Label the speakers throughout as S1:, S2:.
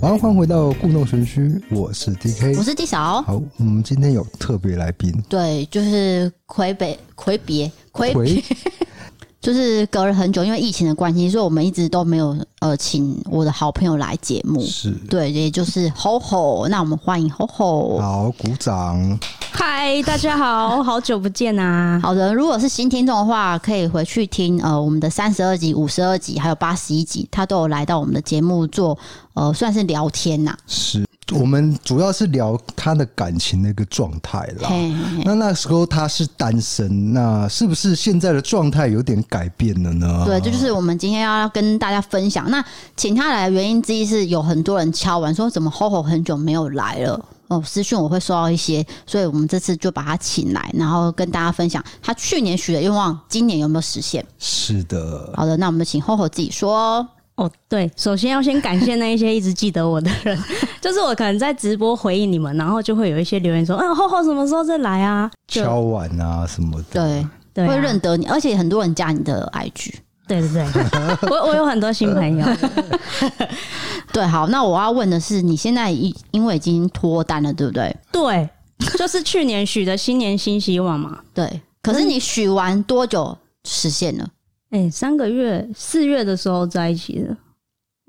S1: 好，欢迎回到故弄玄虚，我是 D K，
S2: 我是地嫂。
S1: 好，我们今天有特别来宾，
S2: 对，就是魁北魁别魁
S1: 回
S2: 就是隔了很久，因为疫情的关系，所以我们一直都没有呃请我的好朋友来节目。
S1: 是
S2: 对，也就是吼吼，那我们欢迎吼吼。
S1: 好，鼓掌，
S3: 嗨，大家好，好久不见 啊！
S2: 好的，如果是新听众的话，可以回去听呃我们的三十二集、五十二集，还有八十一集，他都有来到我们的节目做呃算是聊天呐、
S1: 是我们主要是聊他的感情的一个状态啦。
S2: 嘿嘿嘿
S1: 那那时候他是单身，那是不是现在的状态有点改变了呢？
S2: 对，这就是我们今天要跟大家分享。那请他来的原因之一是有很多人敲完说怎么 HoHo 很久没有来了。哦，私讯我会收到一些，所以我们这次就把他请来，然后跟大家分享他去年许的愿望，今年有没有实现？
S1: 是的，
S2: 好的，那我们就请 HoHo 自己说哦。
S3: 哦，对，首先要先感谢那一些一直记得我的 人，就是我可能在直播回应你们，然后就会有一些留言说，嗯，厚厚什么时候再来啊？就
S1: 敲碗啊什么的，
S2: 对，
S3: 对啊、
S2: 会认得你，而且很多人加你的 IG。
S3: 对对对， 我我有很多新朋友，
S2: 对，好，那我要问的是，你现在已因为已经脱单了，对不对？
S3: 对，就是去年许的新年新希望嘛，
S2: 对，可是你许完多久实现了？
S3: 哎、三个月四月的时候在一起的，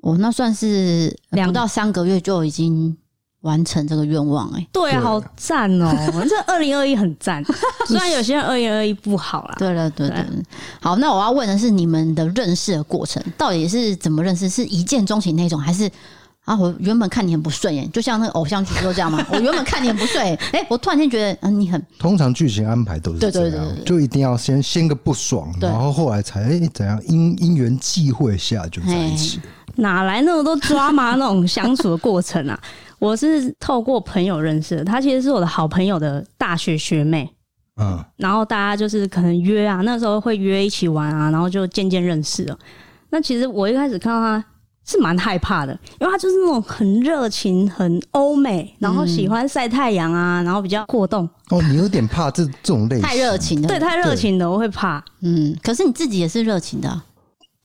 S2: 我哦那算是呃
S3: 两
S2: 不到三个月就已经完成这个愿望哎、
S3: 对啊，
S1: 对
S3: 好赞哦、这二零二一很 赞，虽然有些人二零二一不好啦，
S2: 对了，对对
S3: 对
S2: 对。好，那我要问的是，你们的认识的过程到底是怎么认识？是一见钟情那种，还是啊，我原本看你很不顺欸眼，就像那个偶像剧都这样 嘛？我原本看你很不顺眼，哎、我突然间觉得，嗯，你很
S1: 通常剧情安排都是这
S2: 对
S1: 样，
S2: 对对对对
S1: 就一定要先先个不爽，
S2: 对
S1: 然后后来才哎、怎样因因缘际会下就在一起，
S3: 哪来那么多抓马那种相处的过程啊？ 我是透过朋友认识的，她其实是我的好朋友的大学学妹，
S1: 嗯，
S3: 然后大家就是可能约啊，那时候会约一起玩啊，然后就渐渐认识了。那其实我一开始看到她是蛮害怕的，因为她就是那种很热情、很欧美，然后喜欢晒太阳啊，然后比较活动，
S1: 哦，你有点怕这这种类型，
S2: 太热，情了。
S3: 对，太热情的我会怕。
S2: 嗯，可是你自己也是热情的啊、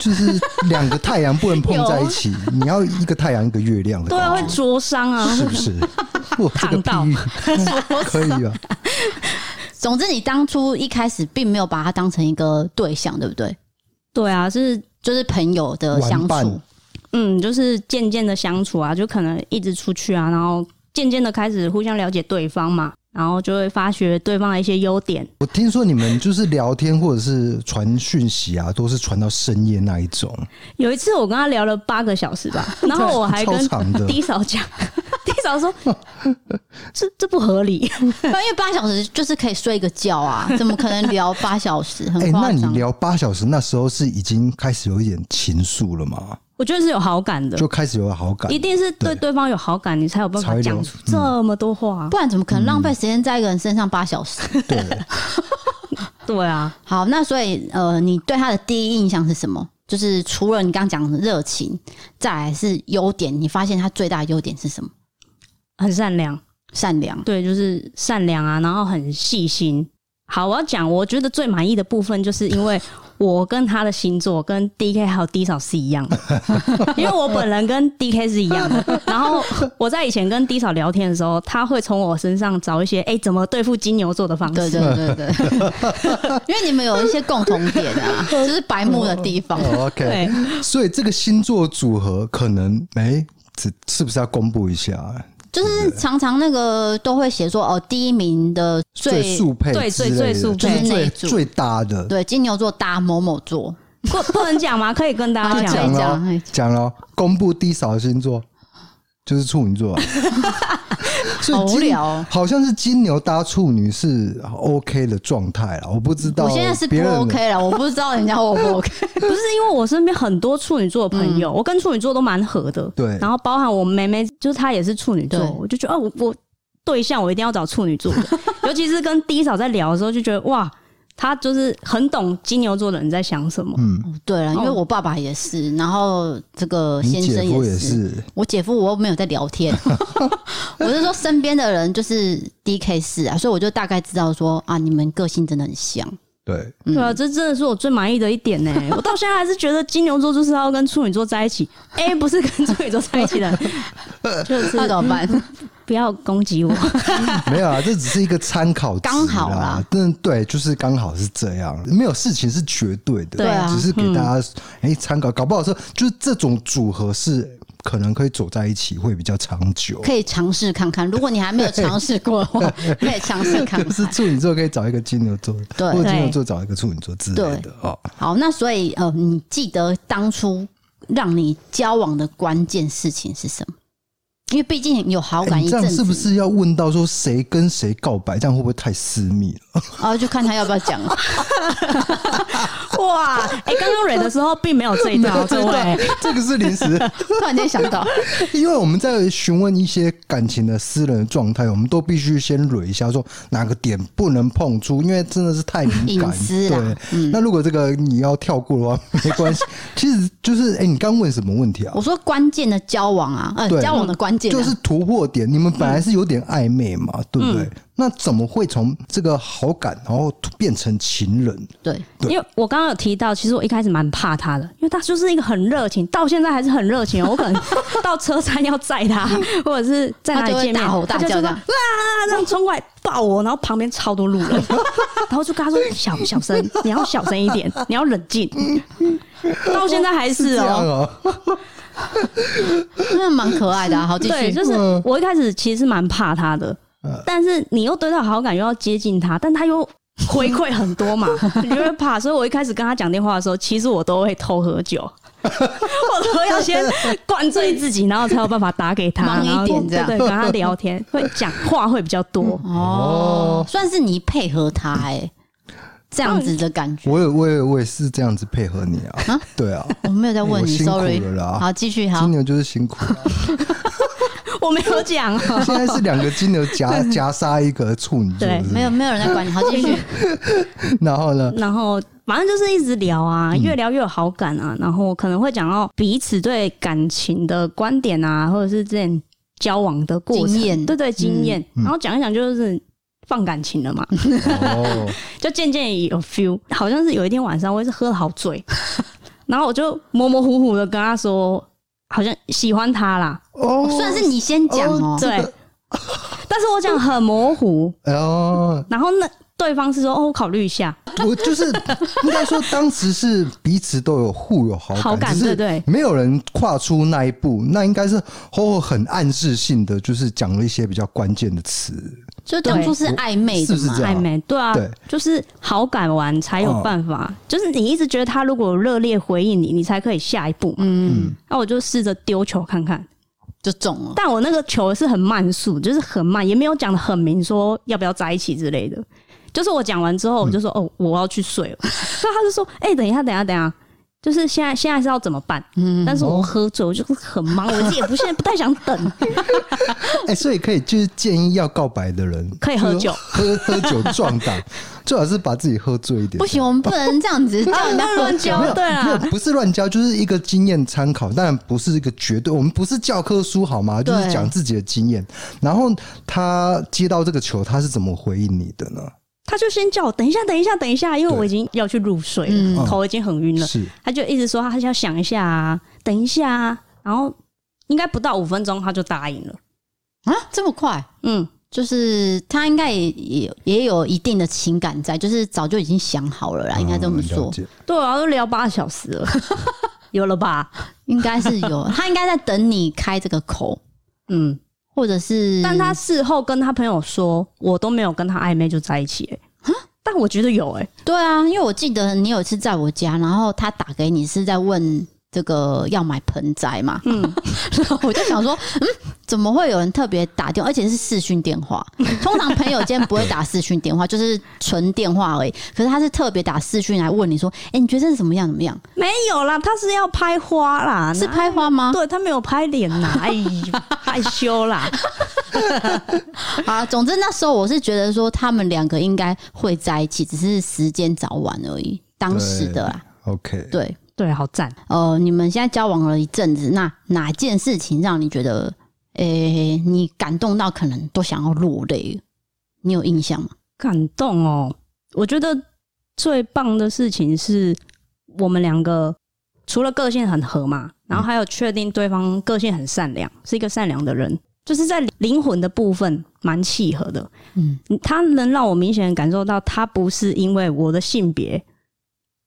S1: 就是两个太阳不能碰在一 起，你要一个太阳一个月亮的
S3: 对啊，
S1: 感
S3: 会
S1: 觉，
S3: 灼伤啊！
S1: 是不是？ 哇，这个
S3: 躺到
S1: 比喻 可以啊，
S2: 总之，你当初一开始并没有把他当成一个对象，对不对？
S3: 对啊，是
S2: 就是朋友的相
S1: 玩
S2: 处
S1: 伴，
S3: 嗯，就是渐渐的相处啊，就可能一直出去啊，然后渐渐的开始互相了解对方嘛，然后就会发觉对方的一些优点。
S1: 我听说你们就是聊天或者是传讯息啊，都是传到深夜那一种，
S3: 有一次我跟他聊了八个小时 吧，然后我还
S1: 超
S3: 跟
S1: 长的。
S3: 低嫂讲，低嫂说 这这不合理，
S2: 因为八小时就是可以睡一个 觉啊，怎么可能聊八小时？
S1: 哎、那
S2: 很夸
S1: 你
S2: 张。
S1: 聊八小时，那时候是已经开始有一点情愫了吗？
S3: 我觉得是有好感的
S1: 就。开始有好感
S3: 一，定是对
S1: 对
S3: 对方有好感，你才有办
S1: 才
S3: 法
S1: 会嗯聊
S3: 讲出这么多话。
S2: 不然怎么可能浪费时间在一个人身上八小时？
S1: 对，
S3: 对啊，
S2: 好，那所以呃，你对他的第一印象是什么？就是除了你刚讲的热情，再来是优点，你发现他最大的优点是什么？
S3: 很善良。
S2: 善良。
S3: 对，就是善良啊，然后很细心。好，我要讲，我觉得最满意的部分，就是因为我跟他的星座跟 D K 还有 D 嫂是一样的， 因为我本人跟 D K 是一样的。然后我在以前跟 D 嫂聊天的时候，他会从我身上找一些哎、怎么对付金牛座的方
S2: 对
S3: 式。
S2: 对对对， 因为你们有一些共同点啊，就是白目的地方。
S1: 哦 OK，
S3: 对
S1: 所以这个星座组合可能哎，这、是不是要公布一下啊
S2: 就是常常那个都会写说哦，第一名的
S1: 最
S2: 最
S1: 速配
S3: 对
S1: 之
S3: 最
S1: 类的
S3: 最速
S1: 就
S3: 配
S1: 是
S2: 那
S1: 最
S2: 一组
S1: 最搭的？
S2: 对金牛座搭某某座，
S3: 不不能讲吗？可以跟大
S2: 啊
S3: 家
S1: 讲
S2: 可以
S3: 讲。
S1: 了
S2: 讲可以
S1: 哦讲了哦，公布低扫的星座就是处女 座啊、所以
S2: 好无
S1: 金
S2: 聊哦
S1: 好像是金牛搭处女是 OK 的状态啦，我不知道
S2: 我
S1: 别
S2: 现
S1: 人的。
S2: 在是不 OK 了，我不知道人家 O 不 OK。
S3: 不是因为我身边很多处女座的朋友，我跟处女座都蛮合的。
S1: 嗯对
S3: 然后包含我妹妹，就是她也是处女座
S2: 对，
S3: 我就觉得哦，我我对象我一定要找处女 座的，尤其是跟 D 嫂在聊的时候，就觉得哇，她就是很懂金牛座的人在想什么。
S1: 嗯，
S2: 对了，因为
S3: 哦
S2: 我爸爸也是，然后这个
S1: 你
S2: 先
S1: 姐
S2: 生
S1: 夫
S2: 也
S1: 也
S2: 是，
S1: 是，
S2: 我姐夫我又没有在聊 天，我是说身边的人就是 D K 四啊，所以我就大概知道说啊，你们个性真的很像。
S1: 对，
S3: 对啊，这真的是我最满意的一点 呢、我到现在还是觉得金牛座就是要跟处女座在一起，哎、不是跟处女座在一 起的，就是
S2: 那怎么办？
S1: 嗯
S3: 不要攻击我。
S1: 没有啊，这只是一个参考值，
S2: 刚好
S1: 啦
S2: 啦。
S1: 但对，就是刚好是这样，没有事情是绝对的，
S3: 对啊
S1: 只是给大家
S2: 嗯
S1: 哎参、考，搞不好说就是这种组合是可能可以走在一起，会比较长久。
S2: 可以尝试看看。如果你还没有尝试 过的话，可以尝试看
S1: 就是
S2: 看。
S1: 处女座可以找一个金牛座，
S2: 对
S1: 或者金牛座找一个处女座之类的
S2: 对
S1: 哦。
S2: 好，那所以呃，你记得当初让你交往的关键事情是什么？因为毕竟有好
S1: 哎
S2: 感
S1: 你
S2: 一
S1: 这
S2: 阵
S1: 样
S2: 子，
S1: 是不是要问到说谁跟谁告白？这样会不会太私密了？
S2: 然哦后就看他要不要讲了。
S3: 哇，哎、刚刚蕊的时候并没有 这一
S1: 没
S3: 条，
S1: 有这
S3: 各
S1: 一段
S3: 位，
S1: 这个是临时
S2: 突然间想到，
S1: 因为我们在询问一些感情的私人状态，我们都必须先捋一下，说哪个点不能碰触，因为真的是太敏感。
S2: 隐私啦嗯
S1: 对，那如果这个你要跳过的话，没关系。其实就是，哎、你刚问什么问题啊
S2: 我？说关键的交往啊，呃，
S1: 对
S2: 交往的关键啊嗯
S1: 就是突破点，你们本来是有点暧昧嘛，对不对？那怎么会从这个好感，然后变成情人？
S2: 对，
S1: 对
S3: 因为我刚刚有提到，其实我一开始蛮怕他的，因为他就是一个很热情，到现在还是很热情哦。我 可能到车站要载他，或者是在哪里见面，
S2: 他就会大吼大叫
S3: 他就
S2: 这
S3: 说
S2: 样
S3: 哇，这样冲过来抱我，然后旁边超多路人， 然后就跟他说小小声，你要小声一点，你要冷静。 到现在还是
S1: 这样
S3: 哦，
S1: 啊，
S2: 真的蛮可爱的啊。好，继
S3: 对，
S2: 续，
S3: 就是我一开始其实是蛮怕他的，但是你又对他有好感，又要接近他，但他又。回馈很多嘛，你就会怕，所以我一开始跟他讲电话的时候，其实我都会偷喝酒，我都要先灌醉自己，然后才有办法打给他，
S2: 忙一
S3: 然后
S2: 点这样
S3: 对对，跟他聊天，会讲话会比较多，
S2: 哦，算是你配合他哎、这样子的感觉。
S1: 我也，我也，我也是这样子配合你啊，对啊。
S2: 我没有在问
S1: 我
S2: 你
S1: 辛苦
S2: ，sorry
S1: 了。啦
S2: 好，继续好
S1: 金。牛就是辛苦、啊，
S3: 我没有讲哦、
S1: 现在是两个金牛 夹夹杀一个处女座，
S3: 对
S1: 是不是
S2: 没有没有人在管你，好继续。
S1: 然后 呢，
S3: 然后反正就是一直聊啊，
S2: 嗯
S3: 越聊越有好感啊，然后可能会讲到彼此对感情的观点啊，或者是之前交往的过程，
S2: 经验嗯
S3: 对对经验，然后讲一讲就是放感情 了嘛，
S1: 哦，
S3: 就渐渐有 feel，好像是有一天晚上我也是喝的好醉，然后我就模模糊糊的跟他说，好像喜欢他啦，
S1: 哦，
S2: 算是你先讲哦，
S3: 对，但是我讲很模糊，
S1: 哦，
S3: 然后那对方是说哦，我考虑一下，
S1: 我就是应该说，当时是彼此都有互有好感，
S3: 好感
S1: 只是
S3: 对对
S1: 没有人跨出那一步，那应该是后后很暗示性的，就是讲了一些比较关键的词，
S2: 所以当初是暧昧的
S1: 是不是
S2: 嘛
S1: 这，样
S3: 暧昧，对啊，
S1: 对
S3: 就是好感完才有办法，就是你一直觉得他如果有热烈回应你，你才可以下一步嘛。
S2: 嗯，
S3: 那我就试着丢球看看，
S2: 就中了。
S3: 但我那个球是很慢速，就是很慢，也没有讲的很明，说要不要在一起之类的。就是我讲完之后，我就说、哦，我要去睡了。 所以他就说，哎、等一下，等一下，等一下，就是现在现在是要怎么办？
S2: 嗯
S3: 但是我喝醉，我就是很忙，我自己也不现在不太想等，
S1: 哎、所以可以就是建议要告白的人
S3: 可以喝酒
S1: 就是喝喝酒壮胆，最好是把自己喝醉一点，
S2: 不行，啊我们不能这样 子叫人家喝酒。
S3: 交对啊
S1: 没有
S3: 啦，
S1: 不是乱教，就是一个经验参考，当然不是一个绝对。我们不是教科书好吗？就
S2: 对
S1: 是讲自己的经验。然后他接到这个球，他是怎么回应你的呢？
S3: 他就先叫我等一下，等一下，等一下，因为我已经要去入睡了，
S2: 嗯
S3: 头已经很晕了。
S1: 是
S3: 他就一直说他要想一下啊，等一下啊，然后应该不到五分钟他就答应了。
S2: 啊，这么快？
S3: 嗯，
S2: 就是他应该也也也有一定的情感在，就是早就已经想好了啦，应该这么
S1: 嗯
S2: 说
S1: 了，解
S3: 对啊，都聊八小时了， 有了吧？
S2: 应该是有， 他应该在等你开这个口，
S3: 嗯，
S2: 或者是，
S3: 但
S1: 啊
S3: 他事后跟他朋友说，我都没有跟他暧昧就在一起、欸，但我觉得有哎、
S2: 对啊，因为我记得你有一次在我家，然后他打给你是在问这个要买盆栽嘛，嗯， 然后我就想说，嗯，怎么会有人特别打电话，而且是视讯电 话？通常朋友间不会打视讯电话， 就是纯电话而已。可是他是特别打视讯来问你说，哎、你觉得这是怎么样？怎么样？
S3: 没有啦，他是要拍花啦，
S2: 是拍花吗
S3: 哪？？对他没有拍脸呐，哎呦， 害羞啦，
S2: 啊，总之那时候我是觉得说他们两个应该会在一起，只是时间早晚而已。当时的啦，
S1: OK。
S2: 对，
S3: 对，好赞。
S2: 呃，你们现在交往了一阵子，那哪件事情让你觉得，诶、你感动到可能都想要落泪？你有印象吗？
S3: 感动哦。我觉得最棒的事情是我们两个除了个性很合
S2: 嗯
S3: 嘛，然后还有确定对方个性很善良，是一个善良的人，就是在灵魂的部分蛮契合的。
S2: 嗯，
S3: 他能让我明显地感受到，他不是因为我的性别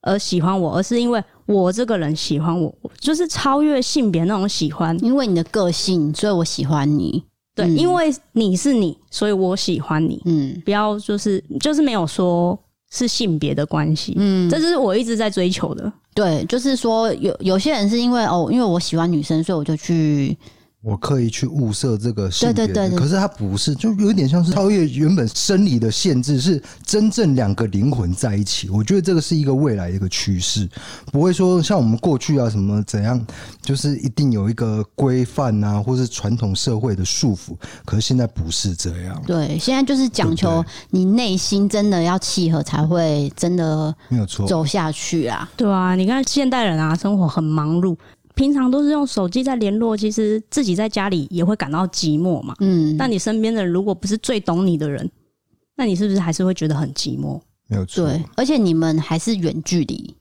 S3: 而喜欢我，而是因为我这个人喜欢我，就是超越性别那种喜欢。
S2: 因为你的个性，所以我喜欢你。
S3: 对，
S2: 嗯
S3: 因为你是你，所以我喜欢你。
S2: 嗯
S3: 不要就是就是没有说是性别的关系，
S2: 嗯，
S3: 这是我一直在追求的。
S2: 对，就是说有有些人是因为哦，因为我喜欢女生，所以我就去
S1: 我刻意去物色这个性别
S2: 对
S1: 的，
S2: 对对对
S1: 可是它不是，就有点像是超越原本生理的限制，是真正两个灵魂在一起。我觉得这个是一个未来的一个趋势，不会说像我们过去啊什么怎样，就是一定有一个规范啊，或是传统社会的束缚。可是现在不是这样，
S2: 对，现在就是讲求你内心真的要契合，才会真的
S1: 没有错。
S2: 走下去啊。
S3: 对啊，你看现代人啊，生活很忙碌，平常都是用手机在联络，其实自己在家里也会感到寂寞嘛。
S2: 嗯，
S3: 那你身边的人如果不是最懂你的人，那你是不是还是会觉得很寂寞？
S1: 没有错，啊
S2: 对，而且你们还是远距离，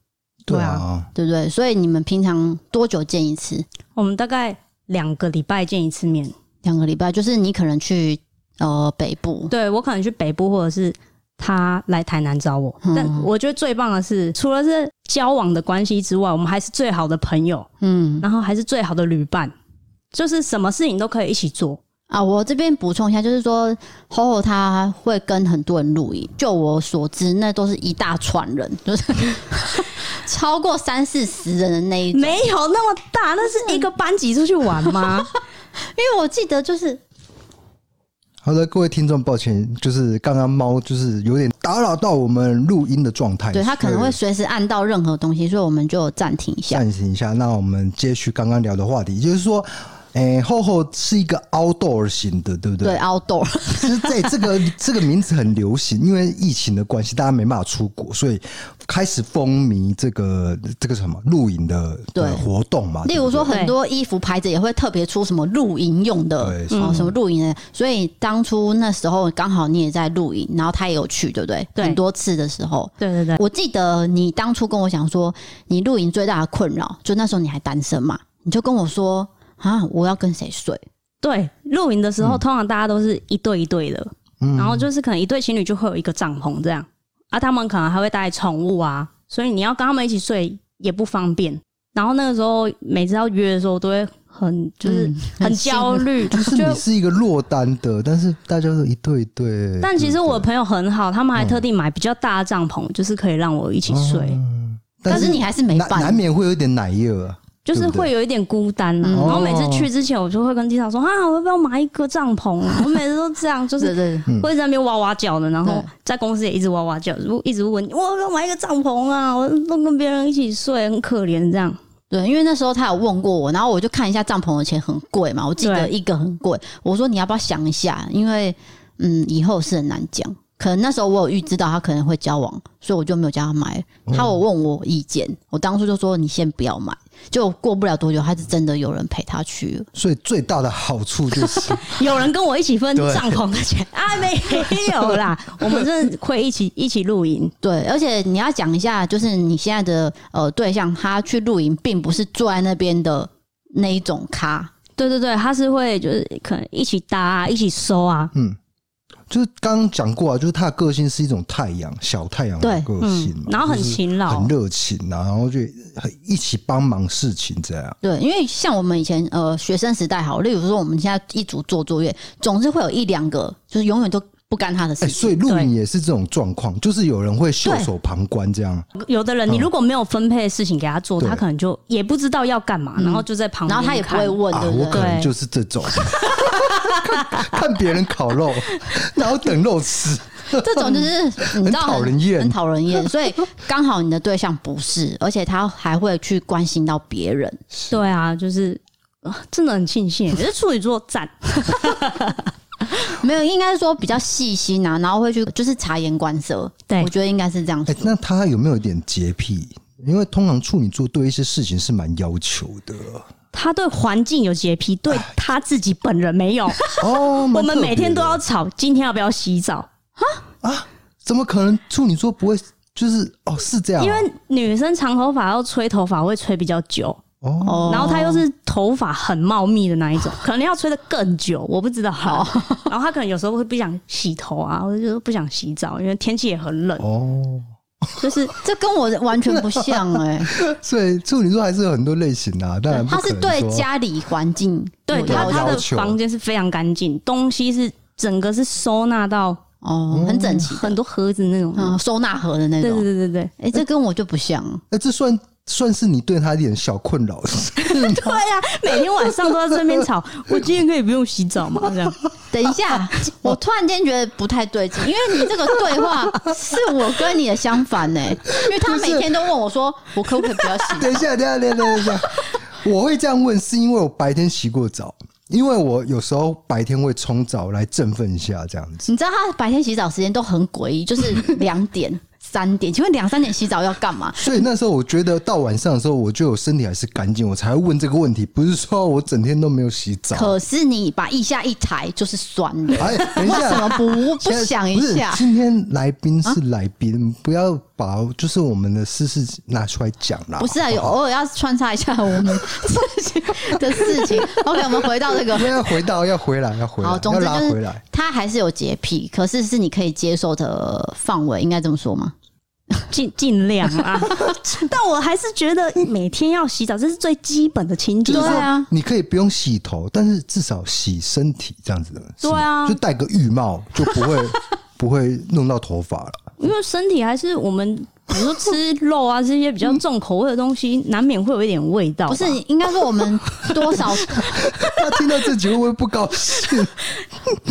S1: 对
S3: 对
S1: 啊
S3: 啊，
S2: 对不对？所以你们平常多久见一次？
S3: 我们大概两个礼拜见一次面，
S2: 两个礼拜，就是你可能去呃北部，
S3: 对我可能去北部或者是。他来台南找我，
S2: 嗯
S3: 但我觉得最棒的是，除了是交往的关系之外，我们还是最好的朋友。
S2: 嗯
S3: 然后还是最好的旅伴，就是什么事情都可以一起做。
S2: 啊，我这边补充一下，就是说吼吼他会跟很多人露营，就我所知，那都是一大串人，就是 超过三四十人的那一种。
S3: 没有那么大，那是一个班级出去玩吗？
S2: 因为我记得就是
S1: 好的，各位听众，抱歉，就是刚刚猫就是有点打扰到我们录音的状态，
S2: 对他可能
S1: 所以
S2: 会随时按到任何东西，所以我们就暂停一下。
S1: 暂停一下，那我们接续刚刚聊的话题，就是说。诶，厚厚是一个 outdoor 型的，对不对？
S2: 对，outdoor，
S1: 其实在这个 这个名字很流行，因为疫情的关系，大家没办法出国，所以开始风靡这个这个什么露营的
S2: 对
S1: 的活动嘛。
S2: 例如说
S1: 对
S2: 很多衣服牌子也会特别出什么露营用的，
S1: 对
S2: 哦，
S3: 嗯
S2: 什么露营的。所以当初那时候刚好你也在露营，然后他也有去，对不对？
S3: 对
S2: 很多次的时候，
S3: 对对对，
S2: 我记得你当初跟我讲说，你露营最大的困扰，就那时候你还单身嘛，你就跟我说啊，我要跟谁睡？
S3: 对，露营的时候、通常大家都是一对一对的，
S1: 嗯
S3: 然后就是可能一对情侣就会有一个帐篷这样，啊，他们可能还会带宠物啊，所以你要跟他们一起睡也不方便。然后那个时候每次要约的时候，我都会很就是
S2: 嗯
S3: 很
S2: 很
S3: 焦虑，就
S1: 就是你是一个落单的，但是大家都一对一对。
S3: 但其实我
S1: 对
S3: 朋友很好，他们还特地买比较大的帐篷，就是可以让我一起睡。
S1: 嗯
S2: 可
S1: 但
S2: 是
S1: 是
S2: 你还是没
S1: 难难
S2: 办。
S1: 免会有点奶热啊。
S3: 就是
S1: 对不对
S3: 会有一点孤单呐、
S2: 嗯
S3: 然后每次
S1: 哦
S3: 去之前，我就会跟机长说啊，我要不要买一个帐篷？啊 我每次都这样，就
S2: 对
S3: 是
S2: 对，
S1: 嗯
S3: 会在那边哇哇叫的，然后
S2: 对
S3: 在公司也一直哇哇叫，如一直问我要不要买一个帐篷啊？我都跟别人一起睡，很可怜这样。
S2: 对，因为那时候他有问过我，然后我就看一下帐篷的钱很贵嘛，我记得
S3: 对
S2: 一个很贵，我说你要不要想一下，因为嗯，以后是很难讲。可能那时候我有预知到他可能会交往，所以我就没有叫他买。他有问我意见，我当初就说你先不要买。就过不了多久，他是真的有人陪他去了。
S1: 所以最大的好处就是，
S3: 有人跟我一起分
S1: 对
S3: 帐篷的钱 啊？没有啦，我们真的会一起一起露营。
S2: 对，而且你要讲一下，就是你现在的呃对象，他去露营并不是坐在那边的那一种咖，
S3: 对对对，他是会就是可能一起搭、啊、一起收啊，
S1: 嗯，就是刚刚讲过啊，就是他的个性是一种太阳小太阳的
S2: 对
S1: 个性
S3: 嗯
S1: 嘛，，
S3: 然后很
S1: 就是
S3: 勤劳，
S1: 很热情啊，然后就很一起帮忙事情这样。
S2: 对，因为像我们以前呃学生时代好，例如说我们现在一组做作业，总是会有一两个就是永远都不干他的
S1: 哎、
S2: 事情。
S1: 所以录影也是这种状况，就是有人会袖手旁观这样。
S3: 有的人，你如果没有分配的事情给他做，
S1: 嗯对嗯
S3: 他可能就也不知道要干嘛，然后就在旁边
S2: 然
S3: 看，
S2: 后他也不会问，
S1: 啊，
S2: 对
S1: 我
S2: 不
S1: 可
S2: 对？
S1: 能就是这种， 看看别人烤肉， 然后等肉吃。
S2: 这种就是 你知道
S1: 很讨人厌
S2: 很讨人厌。所以刚好你的对象不是，而且他还会去关心到别人。
S3: 对啊，就是、啊真的很 庆幸，可是处女座赞，
S2: 没有，应该是说比较细心啊，然后会去就是察言观色。
S3: 对
S2: 我觉得应该是这样
S1: 哎、
S2: 说。
S1: 那他有没有一点洁癖？因为通常处女座对一些事情是蛮要求 的
S3: 他对环境有洁癖，对他自己本人没 有。
S1: 哦。
S3: 我
S1: 蛮
S3: 们
S1: 特别
S3: 每天都
S1: 的
S3: 要吵，今天要不要洗澡？
S1: 啊，怎么可能处女座不会就是哦，是这样啊、
S3: 因为女生长头发要吹头发会吹比较久，
S1: 哦，
S2: 哦
S3: 然后她又是头发很茂密的那一种， 可能要吹的更久，我不知道
S1: 哦
S3: 啊。 然后她可能有时候会不想洗头啊，或者就是不想洗澡，因为天气也很冷，
S1: 哦，
S3: 就是
S2: 这跟我完全 不像哎、
S1: 所以处女座还是有很多类型的、啊，当然不
S2: 他
S1: 可
S2: 是
S1: 能
S2: 对
S1: 说
S2: 家里环境
S3: 对
S2: 有
S3: 她
S1: 有
S2: 要求
S3: 她
S2: 啊
S3: 的
S1: 求
S3: 房间是非常干净，东西是整个是收纳到
S2: 哦，很整齐，
S3: 很多盒子那种。
S2: 嗯，收纳盒的那
S3: 对对
S2: 种。
S3: 对对对，
S2: 哎、这跟我就不像，
S1: 那、哎这算算是你对他一点小困扰，是 吗
S3: 对呀、每天晚上都在这边吵。我今天可以不用洗澡吗？这样
S2: 等一
S1: 啊
S2: 下， 我突然间觉得不太对劲，因为你这个对话是我跟你的相反呢、因为他每天都问我说，我可不可以不要洗？
S1: 等一下，等一下，等一下，等一下，我会这样问，是因为我白天洗过澡，因为我有时候白天会冲澡来振奋一下，这样子。
S2: 你知道他白天洗澡时间都很诡异，就是两点、 三点。请问两三点洗澡要干 嘛？
S1: 所以那时候我觉得到晚上的时候，我就有身体还是干净，我才会问这个问题，不是说我整天都没有洗澡。
S2: 可是你把腋下一抬就是酸的，
S1: 哎，等一
S2: 为什么
S1: 下，
S2: 不不
S1: 现在
S2: 想一
S1: 不是
S2: 下？啊
S1: 今天来宾是来宾，不要把就是我们的私事拿出来讲啦。
S2: 不是啊，有偶尔要穿插一下我们 自己的事情。OK，我们 回到这个
S1: 因。为 要回到要回来要回来，
S2: 好，总之
S1: 要拉
S2: 就
S1: 回
S2: 是
S1: 来。
S2: 他还是有洁癖，可是是你可以接受的范围，应该这么说吗？
S3: 尽尽量 啊。但我还是觉得每天要洗澡，这是最基本的情景
S2: 对。啊，
S1: 你可以不用洗头，但是至少洗身体这样子的。是吗
S3: 对啊
S1: 就戴个浴帽就不 会不会弄到头发了。
S3: 因为身体还是我们，比如说吃肉啊这些比较重口味的东西，难免会有一点味道吧。
S2: 不是，应该说我们多 少
S1: 他听到这集会不会不高兴？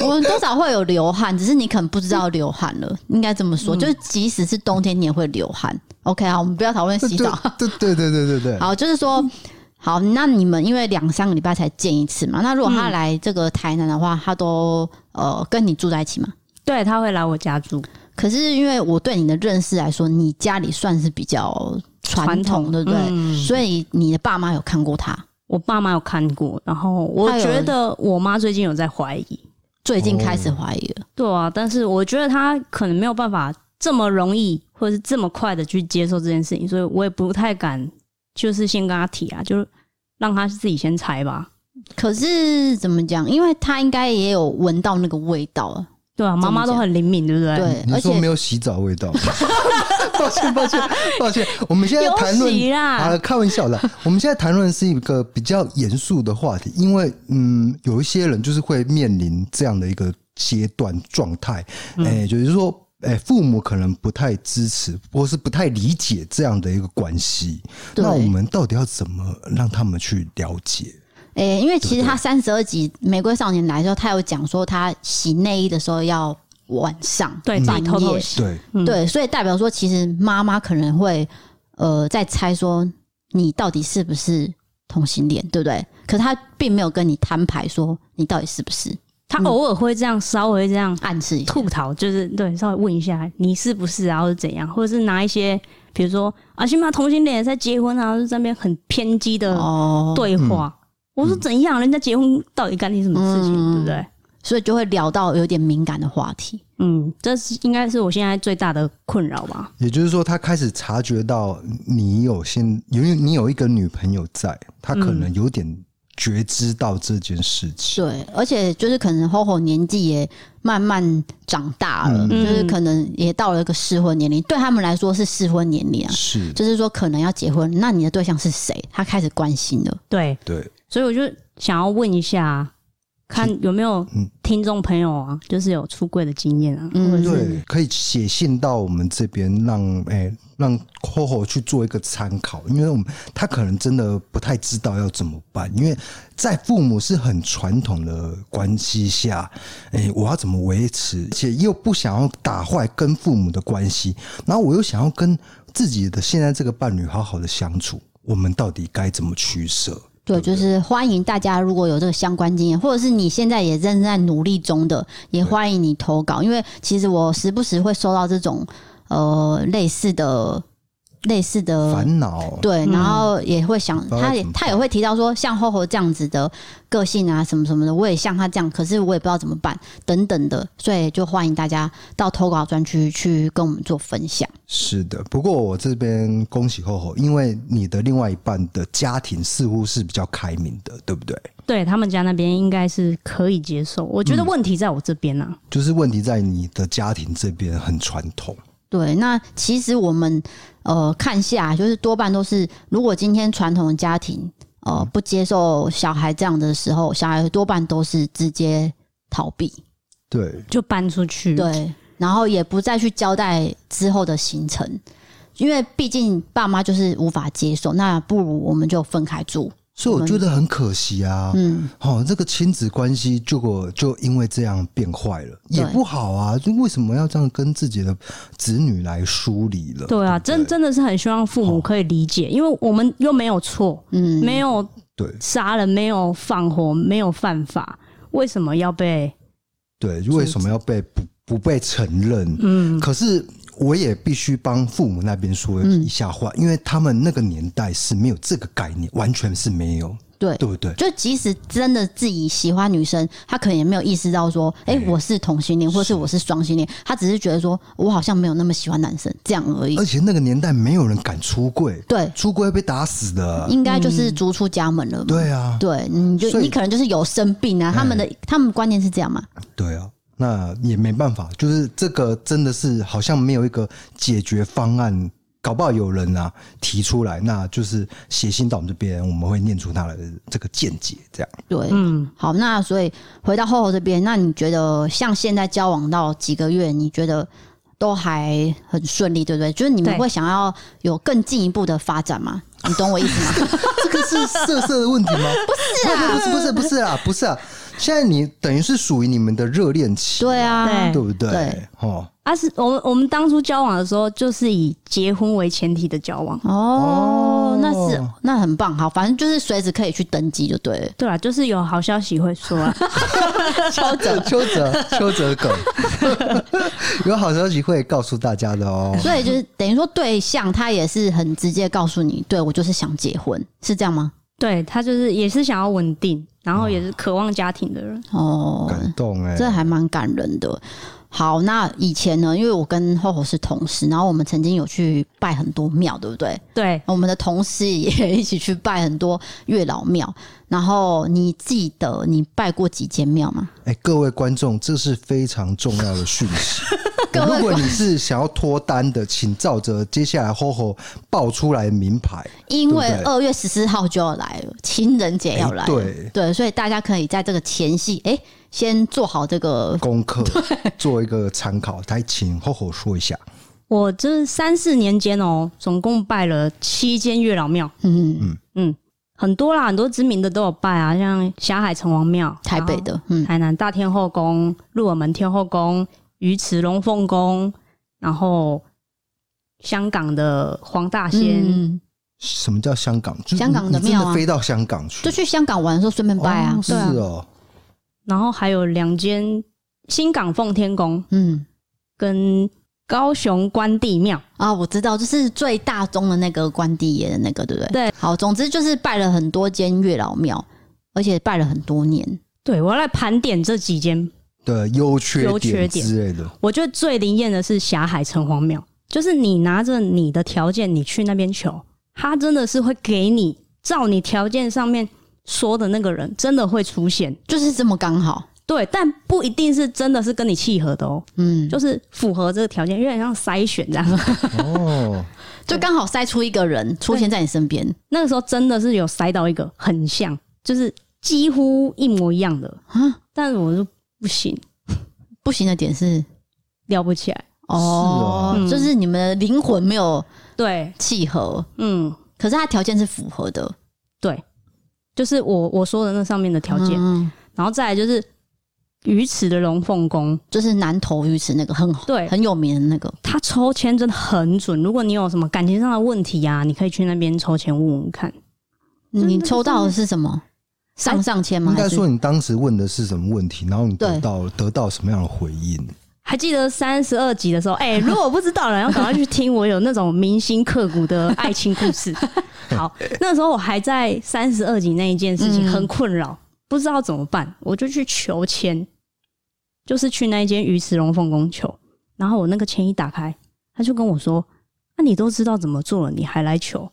S2: 我们多少会有流汗，只是你可能不知道流汗了，应该这么
S3: 嗯
S2: 说。就是即使是冬天，你也会流汗。OK 啊，我们不要讨论洗澡。
S1: 对对对对对对。
S3: 嗯
S2: 好，就是说，好，那你们因为两三个礼拜才见一次嘛，那如果他来这个台南的话，他都呃跟你住在一起嘛？
S3: 对，他会来我家住。
S2: 可是因为我对你的认识来说，你家里算是比较传
S3: 传统
S2: 统，对不对？
S3: 嗯
S2: 所以你的爸妈有看过他，
S3: 我爸妈有看过，然后我
S2: 他有
S3: 觉得我妈最近有在怀疑。
S2: 最近开
S3: 哦
S2: 始怀疑了。
S3: 对啊，但是我觉得她可能没有办法这么容易，或者是这么快的去接受这件事情，所以我也不太敢，就是先跟她提啊，就是让她自己先猜吧。
S2: 可是怎么讲？因为他应该也有闻到那个味道了，
S3: 对啊，
S2: 么
S3: 妈妈都
S2: 讲
S3: 很灵敏，对不对？
S2: 对，
S1: 哎你
S2: 而
S1: 说
S2: 且
S1: 没有洗澡味道？抱歉抱歉抱歉，我们现在谈
S3: 有
S1: 论
S3: 洗啦
S1: 啊，开玩笑的。我们现在谈论的是一个比较严肃的话题，因为嗯，有一些人就是会面临这样的一个阶段状态，哎、就是说。哎，父母可能不太支持，或是不太理解这样的一个关系。
S2: 对
S1: 那我们到底要怎么让他们去了解？
S2: 诶、因为其实他三十二集《玫瑰少年》来的时候，他有讲说他洗内衣的时候要晚上，
S3: 对，自己
S2: 半
S3: 偷偷
S2: 夜，
S3: 洗。
S1: 对，
S3: 嗯
S2: 对，所以代表说，其实妈妈可能会呃在猜说你到底是不是同性恋，对不对？可是他并没有跟你摊牌说你到底是不是，
S3: 她偶尔会这样稍微这样
S2: 暗示一下。
S3: 吐槽，就是对，稍微问一下你是不是啊，或者怎样，或者是拿一些比如说啊，起码同性恋也在结婚啊，就在那边很偏激的
S2: 哦，
S3: 对话。我说怎样，人家结婚到底干你什么事情，
S2: 嗯
S3: 对不对？
S2: 所以就会聊到有点敏感的话题。
S3: 嗯，这是应该是我现在最大的困扰吧。
S1: 也就是说，他开始察觉到你有现，因为你有一个女朋友在，他可能有点觉知到这件事情。
S2: 对，而且就是可能 HoHo 年纪也慢慢长大了，
S1: 嗯
S2: 就是可能也到了一个适婚年龄，对他们来说是适婚年龄啊。
S1: 是，
S2: 就是说可能要结婚，那你的对象是谁？他开始关心了。
S3: 对，
S1: 对，
S3: 所以我就想要问一下，看有没有
S1: 嗯
S3: 听众朋友啊，就是有出柜的经验啊，
S2: 嗯
S3: 或者是
S1: 对，可以写信到我们这边，让哎、让 Coco 去做一个参考，因为我们他可能真的不太知道要怎么办，因为在父母是很传统的关系下，哎、我要怎么维持，而且又不想要打坏跟父母的关系，然后我又想要跟自己的现在这个伴侣好好的相处，我们到底该怎么取舍？
S2: 对，就是欢迎大家，如果有这个相关经验，或者是你现在也正在努力中的，也欢迎你投稿。因为其实我时不时会收到这种呃类似的类似的。
S1: 烦恼，
S2: 对，然后也会想，
S1: 嗯道
S2: 他
S1: 该
S2: 也
S1: 怎么
S2: 他也会提到说，像厚厚这样子的个性啊，什么什么的，我也像他这样，可是我也不知道怎么办，等等的，所以就欢迎大家到投稿专区去跟我们做分享。
S1: 是的。不过我这边恭喜厚厚，因为你的另外一半的家庭似乎是比较开明的，对不对？
S3: 对他们家那边应该是可以接受。我
S1: 嗯
S3: 觉得问题在我这边啊，
S1: 就是问题在你的家庭这边很传统，
S2: 对，那其实我们呃看下来，就是多半都是，如果今天传统的家庭呃不接受小孩这样的时候，小孩多半都是直接逃避，
S1: 对，
S3: 就搬出去。，
S2: 对，然后也不再去交代之后的行程，因为毕竟爸妈就是无法接受，那不如我们就分开住，
S1: 所以我觉得很可惜啊。
S2: 嗯，
S1: 哦，这个亲子关系结果就因为这样变坏了，
S2: 对
S1: 也不好啊。就为什么要这样跟自己的子女来疏离了？
S3: 对啊，
S1: 对不
S3: 真
S1: 对
S3: 真的是很希望父母可以理解，因为我们又没有错，
S2: 嗯，
S3: 没有
S1: 对
S3: 杀人，没有放火，没有犯法，为什么要被？
S1: 对，为什么要被不不被承认？
S3: 嗯，
S1: 可是我也必须帮父母那边说一下话，
S2: 嗯
S1: 因为他们那个年代是没有这个概念，完全是没有，
S2: 对。
S1: 对不对？
S2: 就即使真的自己喜欢女生，他可能也没有意识到说，哎、
S1: 嗯
S2: 我是同性恋，或是我是双性恋，他只是觉得说我好像没有那么喜欢男生这样而已
S1: 而。且那个年代没有人敢出柜，
S2: 对，
S1: 出柜会被打死的。
S2: 应该就是逐出家门了嘛。
S1: 嗯对啊，
S2: 对，你就
S1: 所以哎
S2: 你可能就是有生病啊，他们的他们观念是这样嘛？
S1: 对啊，那也没办法，就是这个真的是好像没有一个解决方案，搞不好有人啊提出来，那就是写信到我们这边，我们会念出他的这个见解，这样。
S2: 对，
S3: 嗯，
S2: 好，那所以回到厚厚这边，那你觉得像现在交往到几个月，你觉得都还很顺利，对不对？就是你们
S3: 对
S2: 会想要有更进一步的发展 吗？你懂我意思吗？
S1: 这个是色色的问题吗？不是啊，不是不是不是啊，不是啊，现在你等于是属于你们的热恋期，
S2: 对啊
S3: 对，
S1: 对不对？
S2: 对
S1: 哦，
S3: 啊是我们我们当初交往的时候，就是以结婚为前提的交往。
S2: 哦
S1: 哦，
S2: 那是那很棒，好，反正就是随时可以去登记就对了。
S3: 对啦，就是有好消息会说 啊，
S1: 邱泽， 邱泽，邱泽梗， 有好消息会告诉大家的哦。
S2: 所以就是等于说，对象他也是很直接告诉你，对我就是想结婚，是这样吗？
S3: 对他就是也是想要稳定，然后也是渴望家庭的人。
S2: 哦，
S1: 感动哎、
S2: 这还蛮感人的。好，那以前呢，因为我跟厚厚是同事，然后我们曾经有去拜很多庙，对不对？
S3: 对，
S2: 我们的同事 也一起去拜很多月老庙。然后你记得你拜过几间庙吗？
S1: 哎、各位观众，这是非常重要的讯息。如果你是想要脱单的，请照着接下来 HoHo 爆出来的名牌，
S2: 因为
S1: 对不对
S2: 二月十四号就要来了，情人节要来了，
S1: 哎对
S2: 所以大家可以在这个前戏，哎、先做好这个
S1: 功课做一个参考。来，请 HoHo 说一下。
S3: 我这三四年间哦、总共拜了七间月老庙，
S2: 嗯
S3: 嗯，很多啦，很多知名的都有拜啊，像霞海城隍庙、
S2: 台北的，嗯
S3: 然后、台南大天后宫、鹿耳门天后宫、鱼池龙凤宫，然后香港的黄大仙，
S2: 嗯，
S1: 什么叫香港？就是
S2: 香港的
S1: 你真
S2: 庙啊
S1: 飞到香港去，
S2: 就去香港玩的时候顺便拜啊，
S1: 哦是
S3: 对啊
S1: 哦，
S3: 然后还有两间新港奉天宫
S2: 嗯。
S3: 跟高雄关帝庙。
S2: 啊，我知道，就是最大宗的那个关帝爷的那个，对不对？
S3: 对，
S2: 好，总之就是拜了很多间月老庙，而且拜了很多年。
S3: 对我要来盘点这几间
S1: 的优缺
S3: 优缺
S1: 点
S3: 点
S1: 之类的。
S3: 我觉得最灵验的是霞海城隍庙，就是你拿着你的条件，你去那边求，他真的是会给你照你条件上面说的那个人，真的会出现。
S2: 就是这么刚好，
S3: 对，但不一定是真的是跟你契合的哦，
S2: 嗯，就
S3: 就是符合这个条件，有点像筛选这样。
S1: 哦，
S2: 就刚好筛出一个人出现在你身边
S3: 那个时候真的是有筛到一个很像，就是几乎一模一样的，
S2: 啊。
S3: 但我就不行，
S2: 不行的点是，
S3: 聊不起来。
S2: 哦，
S3: 啊嗯
S2: 就是你们的灵魂没有
S3: 对，
S2: 契合，
S3: 嗯，
S2: 可是他条件是符合的
S3: 对，就是我我说的那上面的条件。
S2: 嗯
S3: 然后再来就是鱼池的龙凤宫，
S2: 就是南投鱼池那个很
S3: 对
S2: 很有名的那个，
S3: 它抽签真的很准。如果你有什么感情上的问题啊，你可以去那边抽签问问看。真的
S2: 你
S3: 就是
S2: 抽到的是什么？上上签吗？
S1: 应该
S2: 还是
S1: 说你当时问的是什么问题，然后你得
S2: 对
S1: 到得到什么样的回应？
S3: 还记得三十二集的时候，哎、如果不知道了，要赶快去听我有那种铭心刻骨的爱情 故事。好，那时候我还在三十二集那一件事
S2: 嗯
S3: 情很困扰，不知道怎么办，我就去求签，就是去那一间鱼池龙凤宫求。然后我那个签一打开，他就跟我说：“那、你都知道怎么做了，你还来求，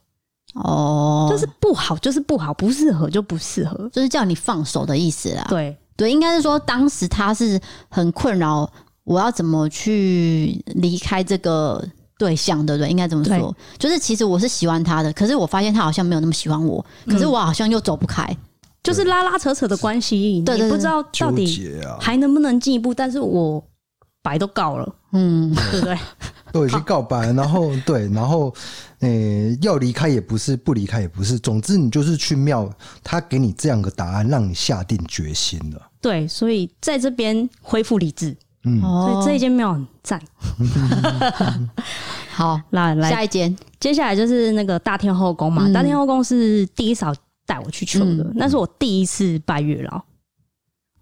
S2: 哦，
S3: 就是不好，就是不好，不适合就不适合。
S2: 就是叫你放手的意思啦。”
S3: 对，
S2: 对，应该是说当时他是很困扰，我要怎么去离开这个对象，对不对？应该怎么说？就是其实我是喜欢他的，可是我发现他好像没有那么喜欢我，可是
S3: 嗯
S2: 我好像又走不开。
S3: 就是拉拉扯扯的关系，你
S2: 对对
S3: 不知道到
S1: 纠
S3: 底
S1: 结啊，
S3: 还能不能进一步。但是我白都告了，
S2: 嗯，
S3: 对不对？
S1: 都已经告白了，然后对，然后 诶、要离开也不是，不离开也不是，总之你就是去庙，他给你这样个答案，让你下定决心了。
S3: 对，所以在这边恢复理智。
S1: 嗯，
S2: 哦
S3: 所以这一间庙很赞。
S2: 好，
S3: 来来，
S2: 下一间，
S3: 接下来就是那个大天后宫嘛。
S2: 嗯
S3: 大天后宫是第一嫂带我去求的，
S2: 嗯
S3: 那是我第一次拜月老。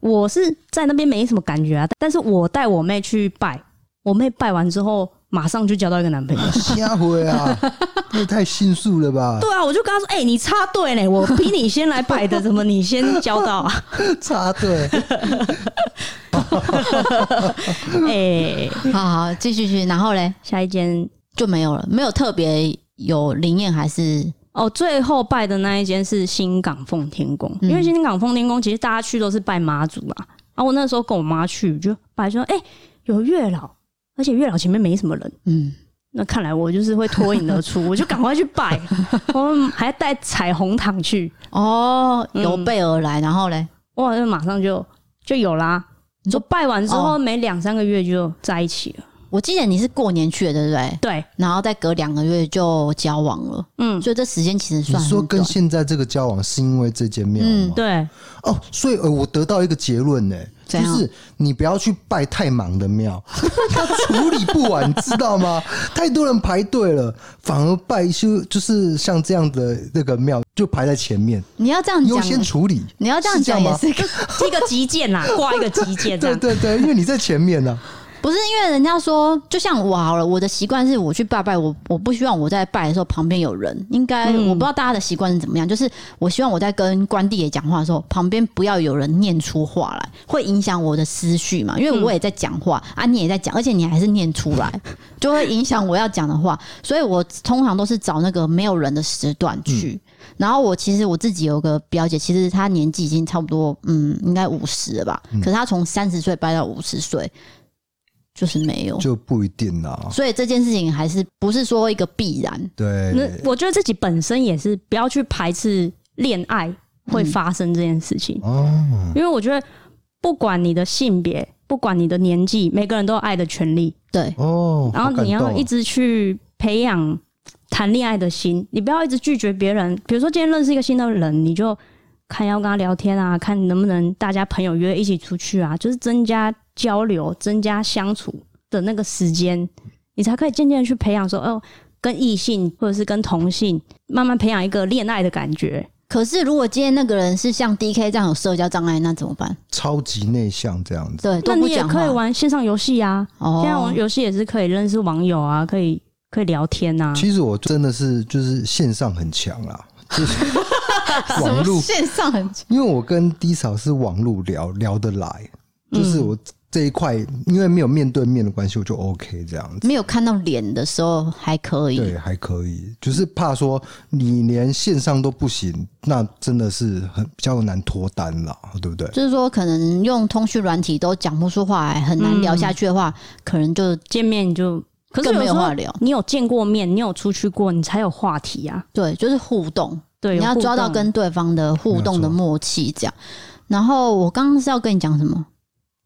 S3: 我是在那边没什么感觉啊，但是我带我妹去拜，我妹拜完之后马上就交到一个男朋友。
S1: 下回 啊，这也太迅速了吧？
S3: 对啊，我就跟她说：“哎、你插队嘞，我比你先来拜的，怎么你先交到啊？”
S1: 插 队，
S3: 哎、
S2: 好好继续去，然后嘞
S3: 下一间
S2: 就没有了，没有特别有灵验还是
S3: 哦，最后拜的那一间是新港奉天宫，
S2: 嗯
S3: 因为新港奉天宫其实大家去都是拜妈祖啦。啊，我那时候跟我妈去，就拜说，哎、有月老，而且月老前面没什么人，
S2: 嗯，
S3: 那看来我就是会脱颖 而出，我就赶快去拜，我还带彩虹糖去，
S2: 哦，有
S3: 嗯
S2: 备而来，然后嘞，
S3: 哇，那马上就就有啦。
S2: 你说
S3: 就拜完之
S2: 哦
S3: 后，没两三个月就在一起了。
S2: 我记得你是过年去的，对不对？
S3: 对，
S2: 然后再隔两个月就交往了，
S3: 嗯，
S2: 所以这时间其实
S1: 你
S2: 算很
S1: 说跟
S2: 短
S1: 现在这个交往是因为这间庙吗？
S2: 嗯
S3: 对，
S1: 哦，所以呃，我得到一个结论呢、
S2: 怎样
S1: 就是你不要去拜太忙的庙， 他处理不完，你知道吗？太多人排队了，反而拜一些就是像这样的那个庙就排在前面，
S2: 你要这
S3: 嗯
S2: 样
S1: 优先
S2: 讲，啊
S1: 处理。
S2: 你要这样讲
S1: 是这样
S2: 也
S1: 吗
S2: 是个
S3: 一个击剑啦，挂一个击剑这
S1: 对
S3: 样。
S1: 对对，因为你在前面啊 呢、
S2: 不是因为人家说，就像我好了，我的习惯是我去拜拜，我我不希望我在拜的时候旁边有人。应该、
S3: 嗯
S2: 我不知道大家的习惯是怎么样，就是我希望我在跟关帝爷讲话的时候，旁边不要有人念出话来，会影响我的思绪嘛。因为我也在讲话、啊，你也在讲，而且你还是念出来，就会影响我要讲的话。所以我通常都是找那个没有人的时段去。然后我其实我自己有个表姐，其实她年纪已经差不多，嗯，应该五十了吧。可是她从三十岁拜到五十岁，就是没有。
S1: 就不一定啊啦、
S2: 所以这件事情还是不是说一个必然？
S3: 那
S1: 对，
S3: 我觉得自己本身也是不要去排斥恋爱会发生这件事情，
S1: 哦，
S3: 因为我觉得不管你的性别，不管你的年纪，每个人都有爱的权利，
S2: 对，
S1: 哦，
S3: 然
S1: 好
S3: 后
S1: 感
S3: 你要
S2: 啊
S1: 动哦
S3: 一直去培养谈恋爱的心，你不要一直拒绝别人。比如说今天认识一个新的人，你就看要跟他聊天啊，看能不能大家朋友约一起出去啊，就是增加交流、增加相处的那个时间，你才可以渐渐去培养说哦。跟异性或者是跟同性，慢慢培养一个恋爱的感觉。
S2: 可是如果今天那个人是像 D K 这样有社交障碍，那怎么办？
S1: 超级内向这样子。
S2: 对，
S3: 那
S2: 都不
S3: 你也
S2: 讲话
S3: 可以玩线上游戏啊，
S2: 哦
S3: 线上游戏也是可以认识网友啊，可以可以聊天啊。
S1: 其实我真的是就是线上很强啦，就是 网络
S2: 线上很
S1: 因为我跟 D 嫂是网路聊聊得来，就是
S2: 嗯
S1: 我这一块，因为没有面对面的关系，我就 OK 这样子。
S2: 没有看到脸的时候还可以，
S1: 对，还可以，就是怕说你连线上都不行，那真的是很比较难脱单啦，对不对？
S2: 就是说可能用通讯软体都讲不出话来，很难聊
S3: 嗯
S2: 下去的话，可能就
S3: 见面就，可是
S2: 更
S3: 有
S2: 没
S3: 时
S2: 有
S3: 候
S2: 话聊。
S3: 你有见过面，你有出去过，你才有话题啊。
S2: 对，就是互动。
S3: 对，
S2: 你要
S3: 有互
S2: 抓到
S3: 动
S2: 跟对方的互动的默契，这样。然后我刚刚是要跟你讲什么？